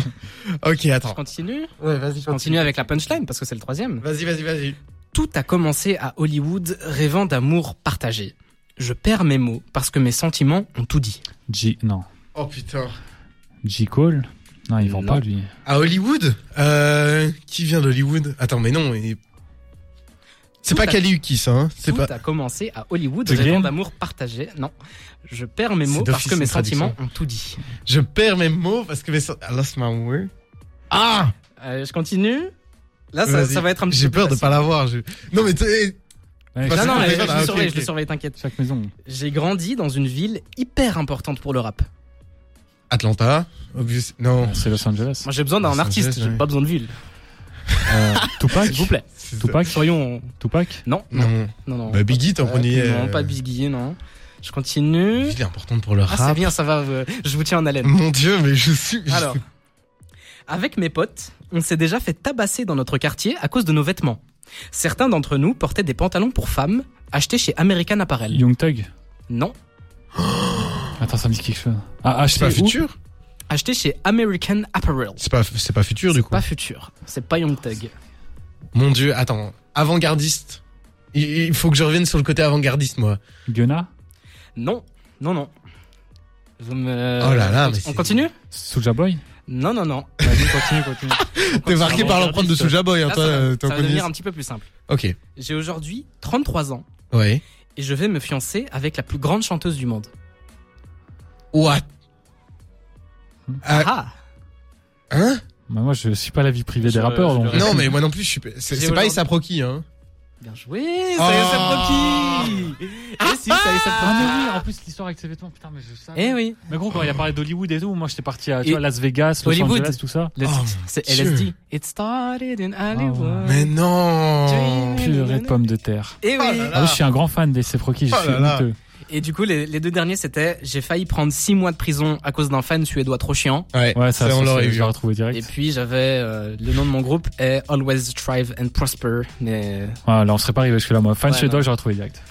[SPEAKER 2] Ok,
[SPEAKER 3] Je
[SPEAKER 2] attends.
[SPEAKER 3] continue.
[SPEAKER 2] Ouais, vas-y,
[SPEAKER 3] Je continue avec la punchline parce que c'est le troisième.
[SPEAKER 2] Vas-y, vas-y, vas-y.
[SPEAKER 3] Tout a commencé à Hollywood, rêvant d'amour partagé. Je perds mes mots parce que mes sentiments ont tout dit.
[SPEAKER 4] J non.
[SPEAKER 2] Oh putain.
[SPEAKER 4] J Cole Non, il vend
[SPEAKER 3] Non.
[SPEAKER 4] pas lui.
[SPEAKER 2] À Hollywood euh, Qui vient d'Hollywood Attends, mais non. il- C'est
[SPEAKER 3] Tout
[SPEAKER 2] pas
[SPEAKER 3] à-
[SPEAKER 2] Kaliukis, hein. C'est
[SPEAKER 3] Tout
[SPEAKER 2] pas.
[SPEAKER 3] a commencé à Hollywood,
[SPEAKER 4] The
[SPEAKER 3] rêvant
[SPEAKER 4] Game
[SPEAKER 3] d'amour partagé. Non. Je perds mes
[SPEAKER 2] C'est
[SPEAKER 3] mots parce
[SPEAKER 2] d'office
[SPEAKER 3] que mes
[SPEAKER 2] une traduction.
[SPEAKER 3] sentiments ont tout dit.
[SPEAKER 2] Je perds mes mots parce que mes. so- I lost my word. Ah
[SPEAKER 3] Euh, je continue. Là, ça,
[SPEAKER 2] Vas-y.
[SPEAKER 3] ça va être un petit
[SPEAKER 2] J'ai
[SPEAKER 3] peu Ah,
[SPEAKER 2] peur de
[SPEAKER 3] facile.
[SPEAKER 2] pas l'avoir. je- Non, mais t'es-
[SPEAKER 4] Ouais,
[SPEAKER 2] Bah,
[SPEAKER 4] chaque-
[SPEAKER 3] Non, non,
[SPEAKER 2] c'est-
[SPEAKER 3] je,
[SPEAKER 2] voilà,
[SPEAKER 3] le
[SPEAKER 2] ok,
[SPEAKER 3] surveille, je
[SPEAKER 2] ok.
[SPEAKER 3] le surveille, t'inquiète.
[SPEAKER 4] chaque maison.
[SPEAKER 3] J'ai grandi dans une ville hyper importante pour le rap.
[SPEAKER 2] Atlanta Obvious... Non.
[SPEAKER 4] C'est Los Angeles.
[SPEAKER 3] Moi j'ai besoin d'un
[SPEAKER 2] Ça,
[SPEAKER 3] artiste,
[SPEAKER 2] c'est vrai.
[SPEAKER 3] j'ai pas besoin de ville.
[SPEAKER 4] Euh, Tupac
[SPEAKER 3] S'il vous plaît.
[SPEAKER 2] c'est-
[SPEAKER 4] Tupac
[SPEAKER 3] Soyons.
[SPEAKER 4] Tupac
[SPEAKER 3] Non, non,
[SPEAKER 2] Non.
[SPEAKER 3] non. non.
[SPEAKER 2] Bah, Biggie, t'en
[SPEAKER 3] Euh,
[SPEAKER 2] prenais.
[SPEAKER 3] Non,
[SPEAKER 2] euh,
[SPEAKER 3] pas Biggie, non. Je continue.
[SPEAKER 2] Il est important pour le
[SPEAKER 3] Ah,
[SPEAKER 2] rap.
[SPEAKER 3] c'est bien, ça va, euh, je vous tiens en haleine.
[SPEAKER 2] Mon dieu, mais je suis. je
[SPEAKER 3] Alors,
[SPEAKER 2] suis-
[SPEAKER 3] avec mes potes, on s'est déjà fait tabasser dans notre quartier à cause de nos vêtements. Certains d'entre nous portaient des pantalons pour femmes achetés chez American Apparel.
[SPEAKER 4] Young Thug
[SPEAKER 3] Non,
[SPEAKER 4] Attends, ça me dit quelque chose. Ah,
[SPEAKER 2] c'est pas
[SPEAKER 4] acheter où
[SPEAKER 2] futur
[SPEAKER 3] achetés chez American Apparel.
[SPEAKER 2] C'est pas, c'est pas futur du coup.
[SPEAKER 3] Pas futur, c'est pas Young Thug.
[SPEAKER 2] Mon dieu, attends. Avant-gardiste. Il- Il faut que je revienne sur le côté avant-gardiste, moi.
[SPEAKER 4] Gunna
[SPEAKER 3] Non, non, non. Vous me...
[SPEAKER 2] Oh là là, mais
[SPEAKER 3] on
[SPEAKER 2] c'est-
[SPEAKER 3] continue
[SPEAKER 4] Soulja Boy
[SPEAKER 3] Non, non, non.
[SPEAKER 4] Vas-y, continue, continue.
[SPEAKER 2] [laughs] T'es marqué par l'empreinte de Soulja Boy, hein,
[SPEAKER 3] Là,
[SPEAKER 2] toi,
[SPEAKER 3] ça va-
[SPEAKER 2] euh,
[SPEAKER 3] ça
[SPEAKER 2] t'en
[SPEAKER 3] va
[SPEAKER 2] connais.
[SPEAKER 3] devenir un petit peu plus simple.
[SPEAKER 2] Ok.
[SPEAKER 3] J'ai aujourd'hui 33 ans
[SPEAKER 2] Ouais.
[SPEAKER 3] et je vais me fiancer avec la plus grande chanteuse du monde.
[SPEAKER 2] What Ah,
[SPEAKER 3] Ah
[SPEAKER 2] Hein
[SPEAKER 4] Bah, moi, je suis pas la vie privée
[SPEAKER 3] Je-
[SPEAKER 4] des rappeurs.
[SPEAKER 3] je
[SPEAKER 4] donc-
[SPEAKER 3] le
[SPEAKER 2] Non, mais moi non plus, je suis. pas- C'est
[SPEAKER 3] J'ai
[SPEAKER 2] c'est pas
[SPEAKER 3] aujourd'hui-
[SPEAKER 2] Issa Proki, hein.
[SPEAKER 3] Bien joué,
[SPEAKER 2] Oh.
[SPEAKER 3] ça y est, c'est Proki Et si, ça y est, c'est
[SPEAKER 4] Ah, mais oui,
[SPEAKER 3] Proki
[SPEAKER 4] en plus, l'histoire avec ses vêtements, putain, mais je savais.
[SPEAKER 3] Eh oui,
[SPEAKER 4] Mais gros, quand il a parlé d'Hollywood et tout, moi, j'étais parti à tu
[SPEAKER 3] Et-
[SPEAKER 4] vois, Las Vegas, Los
[SPEAKER 3] Hollywood.
[SPEAKER 4] Angeles, tout ça.
[SPEAKER 3] le
[SPEAKER 2] Oh,
[SPEAKER 3] titre,
[SPEAKER 2] mon
[SPEAKER 3] c'est
[SPEAKER 2] Dieu. Oh,
[SPEAKER 3] LSD. It started in Hollywood.
[SPEAKER 2] Mais non
[SPEAKER 4] Purée de pommes de terre.
[SPEAKER 3] Eh oui.
[SPEAKER 2] Oh là là.
[SPEAKER 4] Ah oui, je suis un grand fan des Seproki, je
[SPEAKER 2] Oh
[SPEAKER 4] suis
[SPEAKER 2] là là.
[SPEAKER 4] honteux.
[SPEAKER 3] Et du coup, les, les deux derniers, c'était j'ai failli prendre 6 mois de prison à cause d'un fan suédois trop chiant.
[SPEAKER 2] Ouais,
[SPEAKER 4] Ouais,
[SPEAKER 2] ça,
[SPEAKER 4] ça, ça,
[SPEAKER 2] on l'aurait hein.
[SPEAKER 4] ça, je
[SPEAKER 2] vu.
[SPEAKER 4] l'ai retrouvé
[SPEAKER 3] Et
[SPEAKER 4] direct.
[SPEAKER 3] puis j'avais euh, le nom de mon groupe est Always Strive and Prosper. Mais euh,
[SPEAKER 4] Ouais, Ah, là, on serait pas arrivé jusque-là, moi. Fan
[SPEAKER 3] Ouais,
[SPEAKER 4] chez
[SPEAKER 3] non.
[SPEAKER 4] toi, j'aurais retrouvé direct.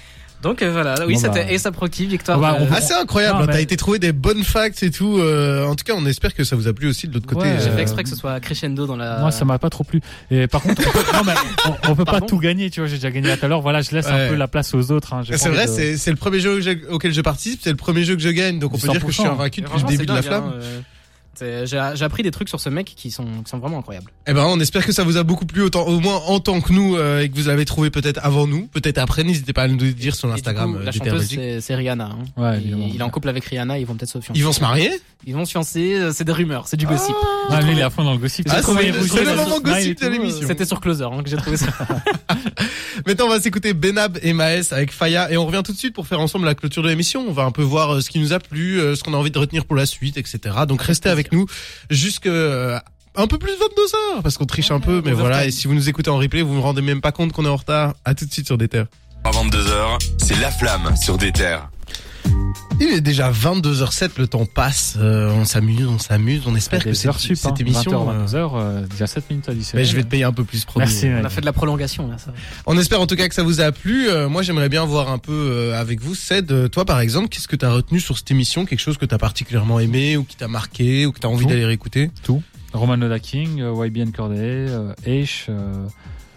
[SPEAKER 3] donc euh, voilà, oui,
[SPEAKER 4] Bon,
[SPEAKER 3] c'était
[SPEAKER 4] bah.
[SPEAKER 3] Aesop Rocky, victoire.
[SPEAKER 4] Bah,
[SPEAKER 3] de-
[SPEAKER 4] on-
[SPEAKER 2] Ah, c'est incroyable,
[SPEAKER 4] Non,
[SPEAKER 2] hein, t'as
[SPEAKER 4] mais-
[SPEAKER 2] été trouvé des bonnes facts et tout. euh, en tout cas, on espère que ça vous a plu aussi de l'autre côté.
[SPEAKER 4] Ouais,
[SPEAKER 3] J'ai
[SPEAKER 2] euh,
[SPEAKER 3] fait exprès que ce soit crescendo dans la.
[SPEAKER 4] Moi, ça m'a pas trop plu. Et par contre, on peut, non, mais on, on peut pas
[SPEAKER 3] Pardon
[SPEAKER 4] tout gagner, tu vois. J'ai déjà gagné tout à l'heure. Voilà, je laisse
[SPEAKER 2] Ouais.
[SPEAKER 4] un peu la place aux autres. hein, j'ai
[SPEAKER 2] C'est
[SPEAKER 4] pas
[SPEAKER 2] vrai,
[SPEAKER 4] envie de-
[SPEAKER 2] c'est c'est le premier jeu que j'ai- auquel je participe, c'est le premier jeu que je gagne, donc on peut dire que je suis
[SPEAKER 4] 100%.
[SPEAKER 2] invaincu depuis
[SPEAKER 3] Et
[SPEAKER 2] le
[SPEAKER 3] franchement,
[SPEAKER 2] début
[SPEAKER 3] c'est
[SPEAKER 2] de la
[SPEAKER 3] dingue,
[SPEAKER 2] flamme.
[SPEAKER 3] hein, euh, c'est- J'ai j'ai appris des trucs sur ce mec qui sont, qui sont vraiment incroyables.
[SPEAKER 2] Eh ben, on espère que ça vous a beaucoup plu, autant, au moins en tant que nous, euh, et que vous l'avez trouvé peut-être avant nous, peut-être après. N'hésitez pas à nous le dire sur
[SPEAKER 3] Et du
[SPEAKER 2] l'Instagram
[SPEAKER 3] coup,
[SPEAKER 2] euh,
[SPEAKER 3] la
[SPEAKER 2] du Terre
[SPEAKER 3] chanteuse,
[SPEAKER 2] Belgique.
[SPEAKER 3] c'est- c'est Rihanna. hein.
[SPEAKER 4] Ouais,
[SPEAKER 3] il,
[SPEAKER 4] évidemment.
[SPEAKER 3] il est en couple avec Rihanna, ils vont peut-être se fiancer.
[SPEAKER 2] Ils vont se marier
[SPEAKER 3] Ils vont se fiancer, euh, c'est des rumeurs, c'est du gossip.
[SPEAKER 4] Ah, lui, il est à fond dans le gossip.
[SPEAKER 2] Ah,
[SPEAKER 4] J'ai trouvé
[SPEAKER 2] c'est-
[SPEAKER 4] les rouges
[SPEAKER 2] c'est le
[SPEAKER 4] dans
[SPEAKER 2] moment
[SPEAKER 4] le smile
[SPEAKER 2] gossip
[SPEAKER 4] et
[SPEAKER 2] de
[SPEAKER 4] tout, euh,
[SPEAKER 2] l'émission.
[SPEAKER 3] C'était sur Closer hein, que j'ai trouvé ça.
[SPEAKER 2] Maintenant, on va s'écouter Benab et Maes avec Faya, et on revient tout de suite pour faire ensemble la clôture de l'émission. On va un peu voir euh, ce qui nous a plu, euh, ce qu'on a envie de retenir pour la suite, etc. Donc restez avec nous jusque euh, un peu plus de 22 heures, parce qu'on triche un peu, mais voilà.
[SPEAKER 3] overtime.
[SPEAKER 2] Et si vous nous écoutez en replay, vous vous rendez même pas compte qu'on est en retard. À tout de suite sur des terres.
[SPEAKER 1] À 22h, c'est La Flamme sur des terres.
[SPEAKER 2] Il est déjà 22h07, le temps passe, euh, on s'amuse, on s'amuse, on espère que
[SPEAKER 4] des
[SPEAKER 2] cette,
[SPEAKER 4] heures sup,
[SPEAKER 2] cette
[SPEAKER 4] hein.
[SPEAKER 2] émission...
[SPEAKER 4] 20h,
[SPEAKER 2] euh,
[SPEAKER 4] 22h, euh, déjà 7 minutes additionnelles.
[SPEAKER 2] mais je vais te payer un peu plus, promis.
[SPEAKER 4] Merci,
[SPEAKER 3] On
[SPEAKER 4] mec.
[SPEAKER 3] a fait de la prolongation là, ça.
[SPEAKER 2] On espère en tout cas que ça vous a plu. Euh, moi, j'aimerais bien voir un peu euh, avec vous, Ced, euh, toi par exemple, qu'est-ce que t'as retenu sur cette émission Quelque chose que t'as particulièrement aimé ou qui t'a marqué ou que t'as envie
[SPEAKER 4] Tout.
[SPEAKER 2] d'aller réécouter
[SPEAKER 4] Roman Loda King, euh, YBN Corday, euh, Aish, euh,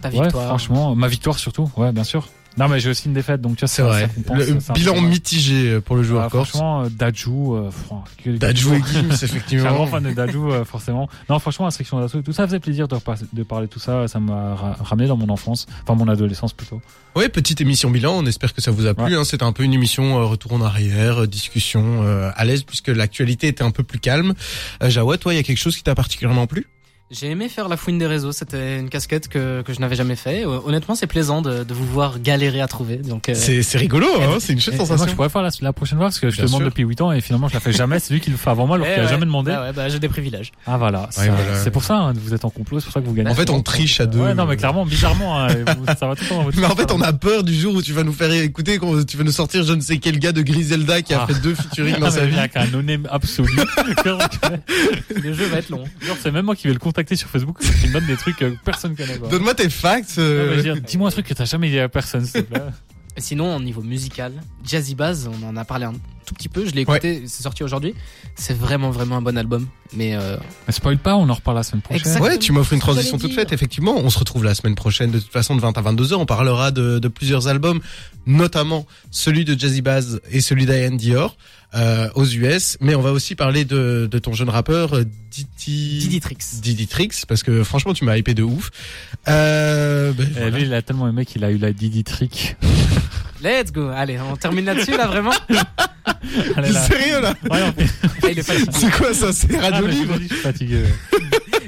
[SPEAKER 3] Ta
[SPEAKER 4] ouais,
[SPEAKER 3] victoire.
[SPEAKER 4] franchement, ma victoire surtout, ouais, bien sûr. Non, mais j'ai aussi une défaite, donc tu vois,
[SPEAKER 2] C'est
[SPEAKER 4] ça-
[SPEAKER 2] vrai.
[SPEAKER 4] ça compense,
[SPEAKER 2] Le
[SPEAKER 4] c'est un
[SPEAKER 2] bilan
[SPEAKER 4] peu-
[SPEAKER 2] mitigé euh, pour le joueur
[SPEAKER 4] Ouais,
[SPEAKER 2] corse.
[SPEAKER 4] Franchement, euh, Dajou, euh, fran- que-
[SPEAKER 2] Dadju et Gims,
[SPEAKER 4] Je suis un grand
[SPEAKER 2] effectivement.
[SPEAKER 4] fan de Dajou, euh, forcément. Non, franchement, la section d'assaut, et tout ça faisait plaisir de, repasser- de parler de tout ça. Ça m'a ra- ramené dans mon enfance, enfin mon adolescence plutôt.
[SPEAKER 2] Ouais, petite émission bilan. On espère que ça vous a plu. Hein. C'était un peu une émission euh, retour en arrière, euh, discussion euh, à l'aise puisque l'actualité était un peu plus calme. Euh, Jawa, toi, il y a quelque chose qui t'a particulièrement plu
[SPEAKER 3] J'ai aimé faire la fouine des réseaux, c'était une casquette que, que je n'avais jamais fait. Euh, Honnêtement, c'est plaisant de, de vous voir galérer à trouver. Donc, euh,
[SPEAKER 2] C'est c'est rigolo, hein, c'est une chouette
[SPEAKER 4] Et- et moi, je
[SPEAKER 2] sensation.
[SPEAKER 4] pourrais faire la, la prochaine fois parce que je
[SPEAKER 2] Bien
[SPEAKER 4] te demande
[SPEAKER 2] sûr.
[SPEAKER 4] depuis 8 ans et finalement je la fais jamais. C'est lui qui le fait avant moi alors
[SPEAKER 3] eh
[SPEAKER 4] qu'il a
[SPEAKER 3] ouais.
[SPEAKER 4] jamais demandé.
[SPEAKER 3] Ah ouais, bah, j'ai des privilèges.
[SPEAKER 4] Ah voilà, ça-
[SPEAKER 2] voilà.
[SPEAKER 4] c'est pour ça, hein, vous êtes en complot, c'est pour ça que vous gagnez.
[SPEAKER 2] En fait, on triche à deux.
[SPEAKER 4] Ouais, non, mais clairement, bizarrement, hein, vous- ça va tout le temps dans votre hein.
[SPEAKER 2] Mais en fait, on a peur du jour où tu vas nous faire écouter, quand tu vas nous sortir je ne sais quel gars de Griselda qui a
[SPEAKER 4] Ah.
[SPEAKER 2] fait deux featuring dans
[SPEAKER 4] Ah,
[SPEAKER 2] sa
[SPEAKER 4] mais
[SPEAKER 2] vie.
[SPEAKER 4] avec un no-name
[SPEAKER 2] [laughs]
[SPEAKER 4] absolu. Genre,
[SPEAKER 3] Le jeu va être long.
[SPEAKER 4] c'est même moi qui vais le contacter sur Facebook parce qu'il me donne des trucs que personne connaît. quoi.
[SPEAKER 2] Donne-moi tes facts.
[SPEAKER 4] Non, mais
[SPEAKER 2] euh.
[SPEAKER 4] je veux dire, [laughs] Dis-moi un truc que t'as jamais dit à personne, s'il te plaît.
[SPEAKER 3] Et Sinon, au niveau musical, Jazzy Bass, on en a parlé un tout petit peu. Je l'ai écouté, c'est sorti aujourd'hui. C'est vraiment, vraiment un bon album. Mais euh,
[SPEAKER 4] [laughs] Mais spoil pas, on en reparle la semaine prochaine.
[SPEAKER 3] Exact.
[SPEAKER 2] Ouais, tu m'offres une
[SPEAKER 3] J'allais
[SPEAKER 2] transition toute
[SPEAKER 3] dire.
[SPEAKER 2] faite, effectivement. On se retrouve la semaine prochaine, de toute façon, de 20 à 22 heures. On parlera de, de plusieurs albums, notamment celui de Jazzy Bass et celui d'Ian Dior euh, aux US. Mais on va aussi parler de, de ton jeune rappeur, euh, Didi...
[SPEAKER 3] Diditrix.
[SPEAKER 2] Diditrix, parce que franchement, tu m'as hypé de ouf. Euh, ben,
[SPEAKER 4] Eh, Lui, il a tellement aimé qu'il a eu la Didi Trick.
[SPEAKER 3] Let's go. Allez, on termine là-dessus, là, vraiment.
[SPEAKER 4] [laughs] Allez, là.
[SPEAKER 2] [laughs] Sérieux là
[SPEAKER 4] Ouais, on fait-
[SPEAKER 3] Ah, [laughs] il est fatigué.
[SPEAKER 2] C'est quoi ça C'est
[SPEAKER 4] Ah,
[SPEAKER 2] radio
[SPEAKER 4] mais je
[SPEAKER 2] libre
[SPEAKER 4] vous dis, Je suis fatigué.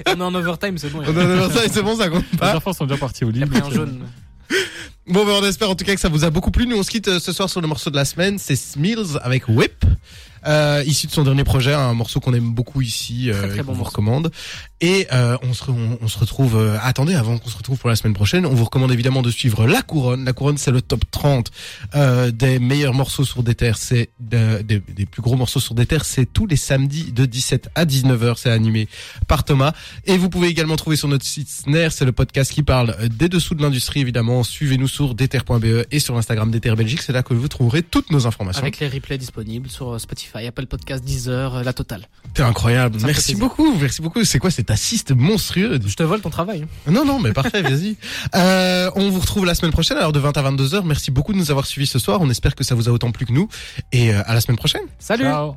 [SPEAKER 3] On est en overtime, c'est bon.
[SPEAKER 2] On
[SPEAKER 3] Il
[SPEAKER 2] en a dans ça et c'est bon, ça compte
[SPEAKER 4] Les
[SPEAKER 2] pas.
[SPEAKER 4] enfants sont déjà partis au
[SPEAKER 3] a
[SPEAKER 4] lit.
[SPEAKER 3] pris
[SPEAKER 4] donc,
[SPEAKER 3] un
[SPEAKER 4] euh,
[SPEAKER 3] jaune.
[SPEAKER 2] Bon, ben, on espère en tout cas que ça vous a beaucoup plu. Nous, on se quitte euh, ce soir sur le morceau de la semaine. C'est Smills avec Whip. Euh, issu de son dernier projet, un morceau qu'on aime beaucoup ici, euh,
[SPEAKER 3] Très, très
[SPEAKER 2] et
[SPEAKER 3] bon
[SPEAKER 2] qu'on vous
[SPEAKER 3] morceau.
[SPEAKER 2] recommande. Et euh, on, se re- on, on se retrouve. euh, attendez, avant qu'on se retrouve pour la semaine prochaine, on vous recommande évidemment de suivre La Couronne. La Couronne, c'est le top 30 euh, des meilleurs morceaux sur des terres. C'est de- des, des plus gros morceaux sur des terres. C'est tous les samedis de 17 à 19 h C'est animé par Thomas. Et vous pouvez également trouver sur notre site Snare, c'est le podcast qui parle des dessous de l'industrie évidemment. Suivez-nous sur déter.be et sur Instagram Déter Belgique, c'est là que vous trouverez toutes nos informations.
[SPEAKER 3] Avec les replays disponibles sur euh, Spotify, Apple Podcast, Deezer, euh, la totale.
[SPEAKER 2] T'es incroyable.
[SPEAKER 3] Ça me fait
[SPEAKER 2] Merci
[SPEAKER 3] plaisir.
[SPEAKER 2] beaucoup, merci beaucoup. C'est quoi cet assist monstrueux
[SPEAKER 3] Je te vole ton travail.
[SPEAKER 2] Non non, mais parfait,
[SPEAKER 3] [laughs]
[SPEAKER 2] vas-y. Euh, on vous retrouve la semaine prochaine alors de 20 à 22h. Merci beaucoup de nous avoir suivis ce soir. On espère que ça vous a autant plu que nous et euh, à la semaine prochaine.
[SPEAKER 3] Salut.
[SPEAKER 4] Ciao.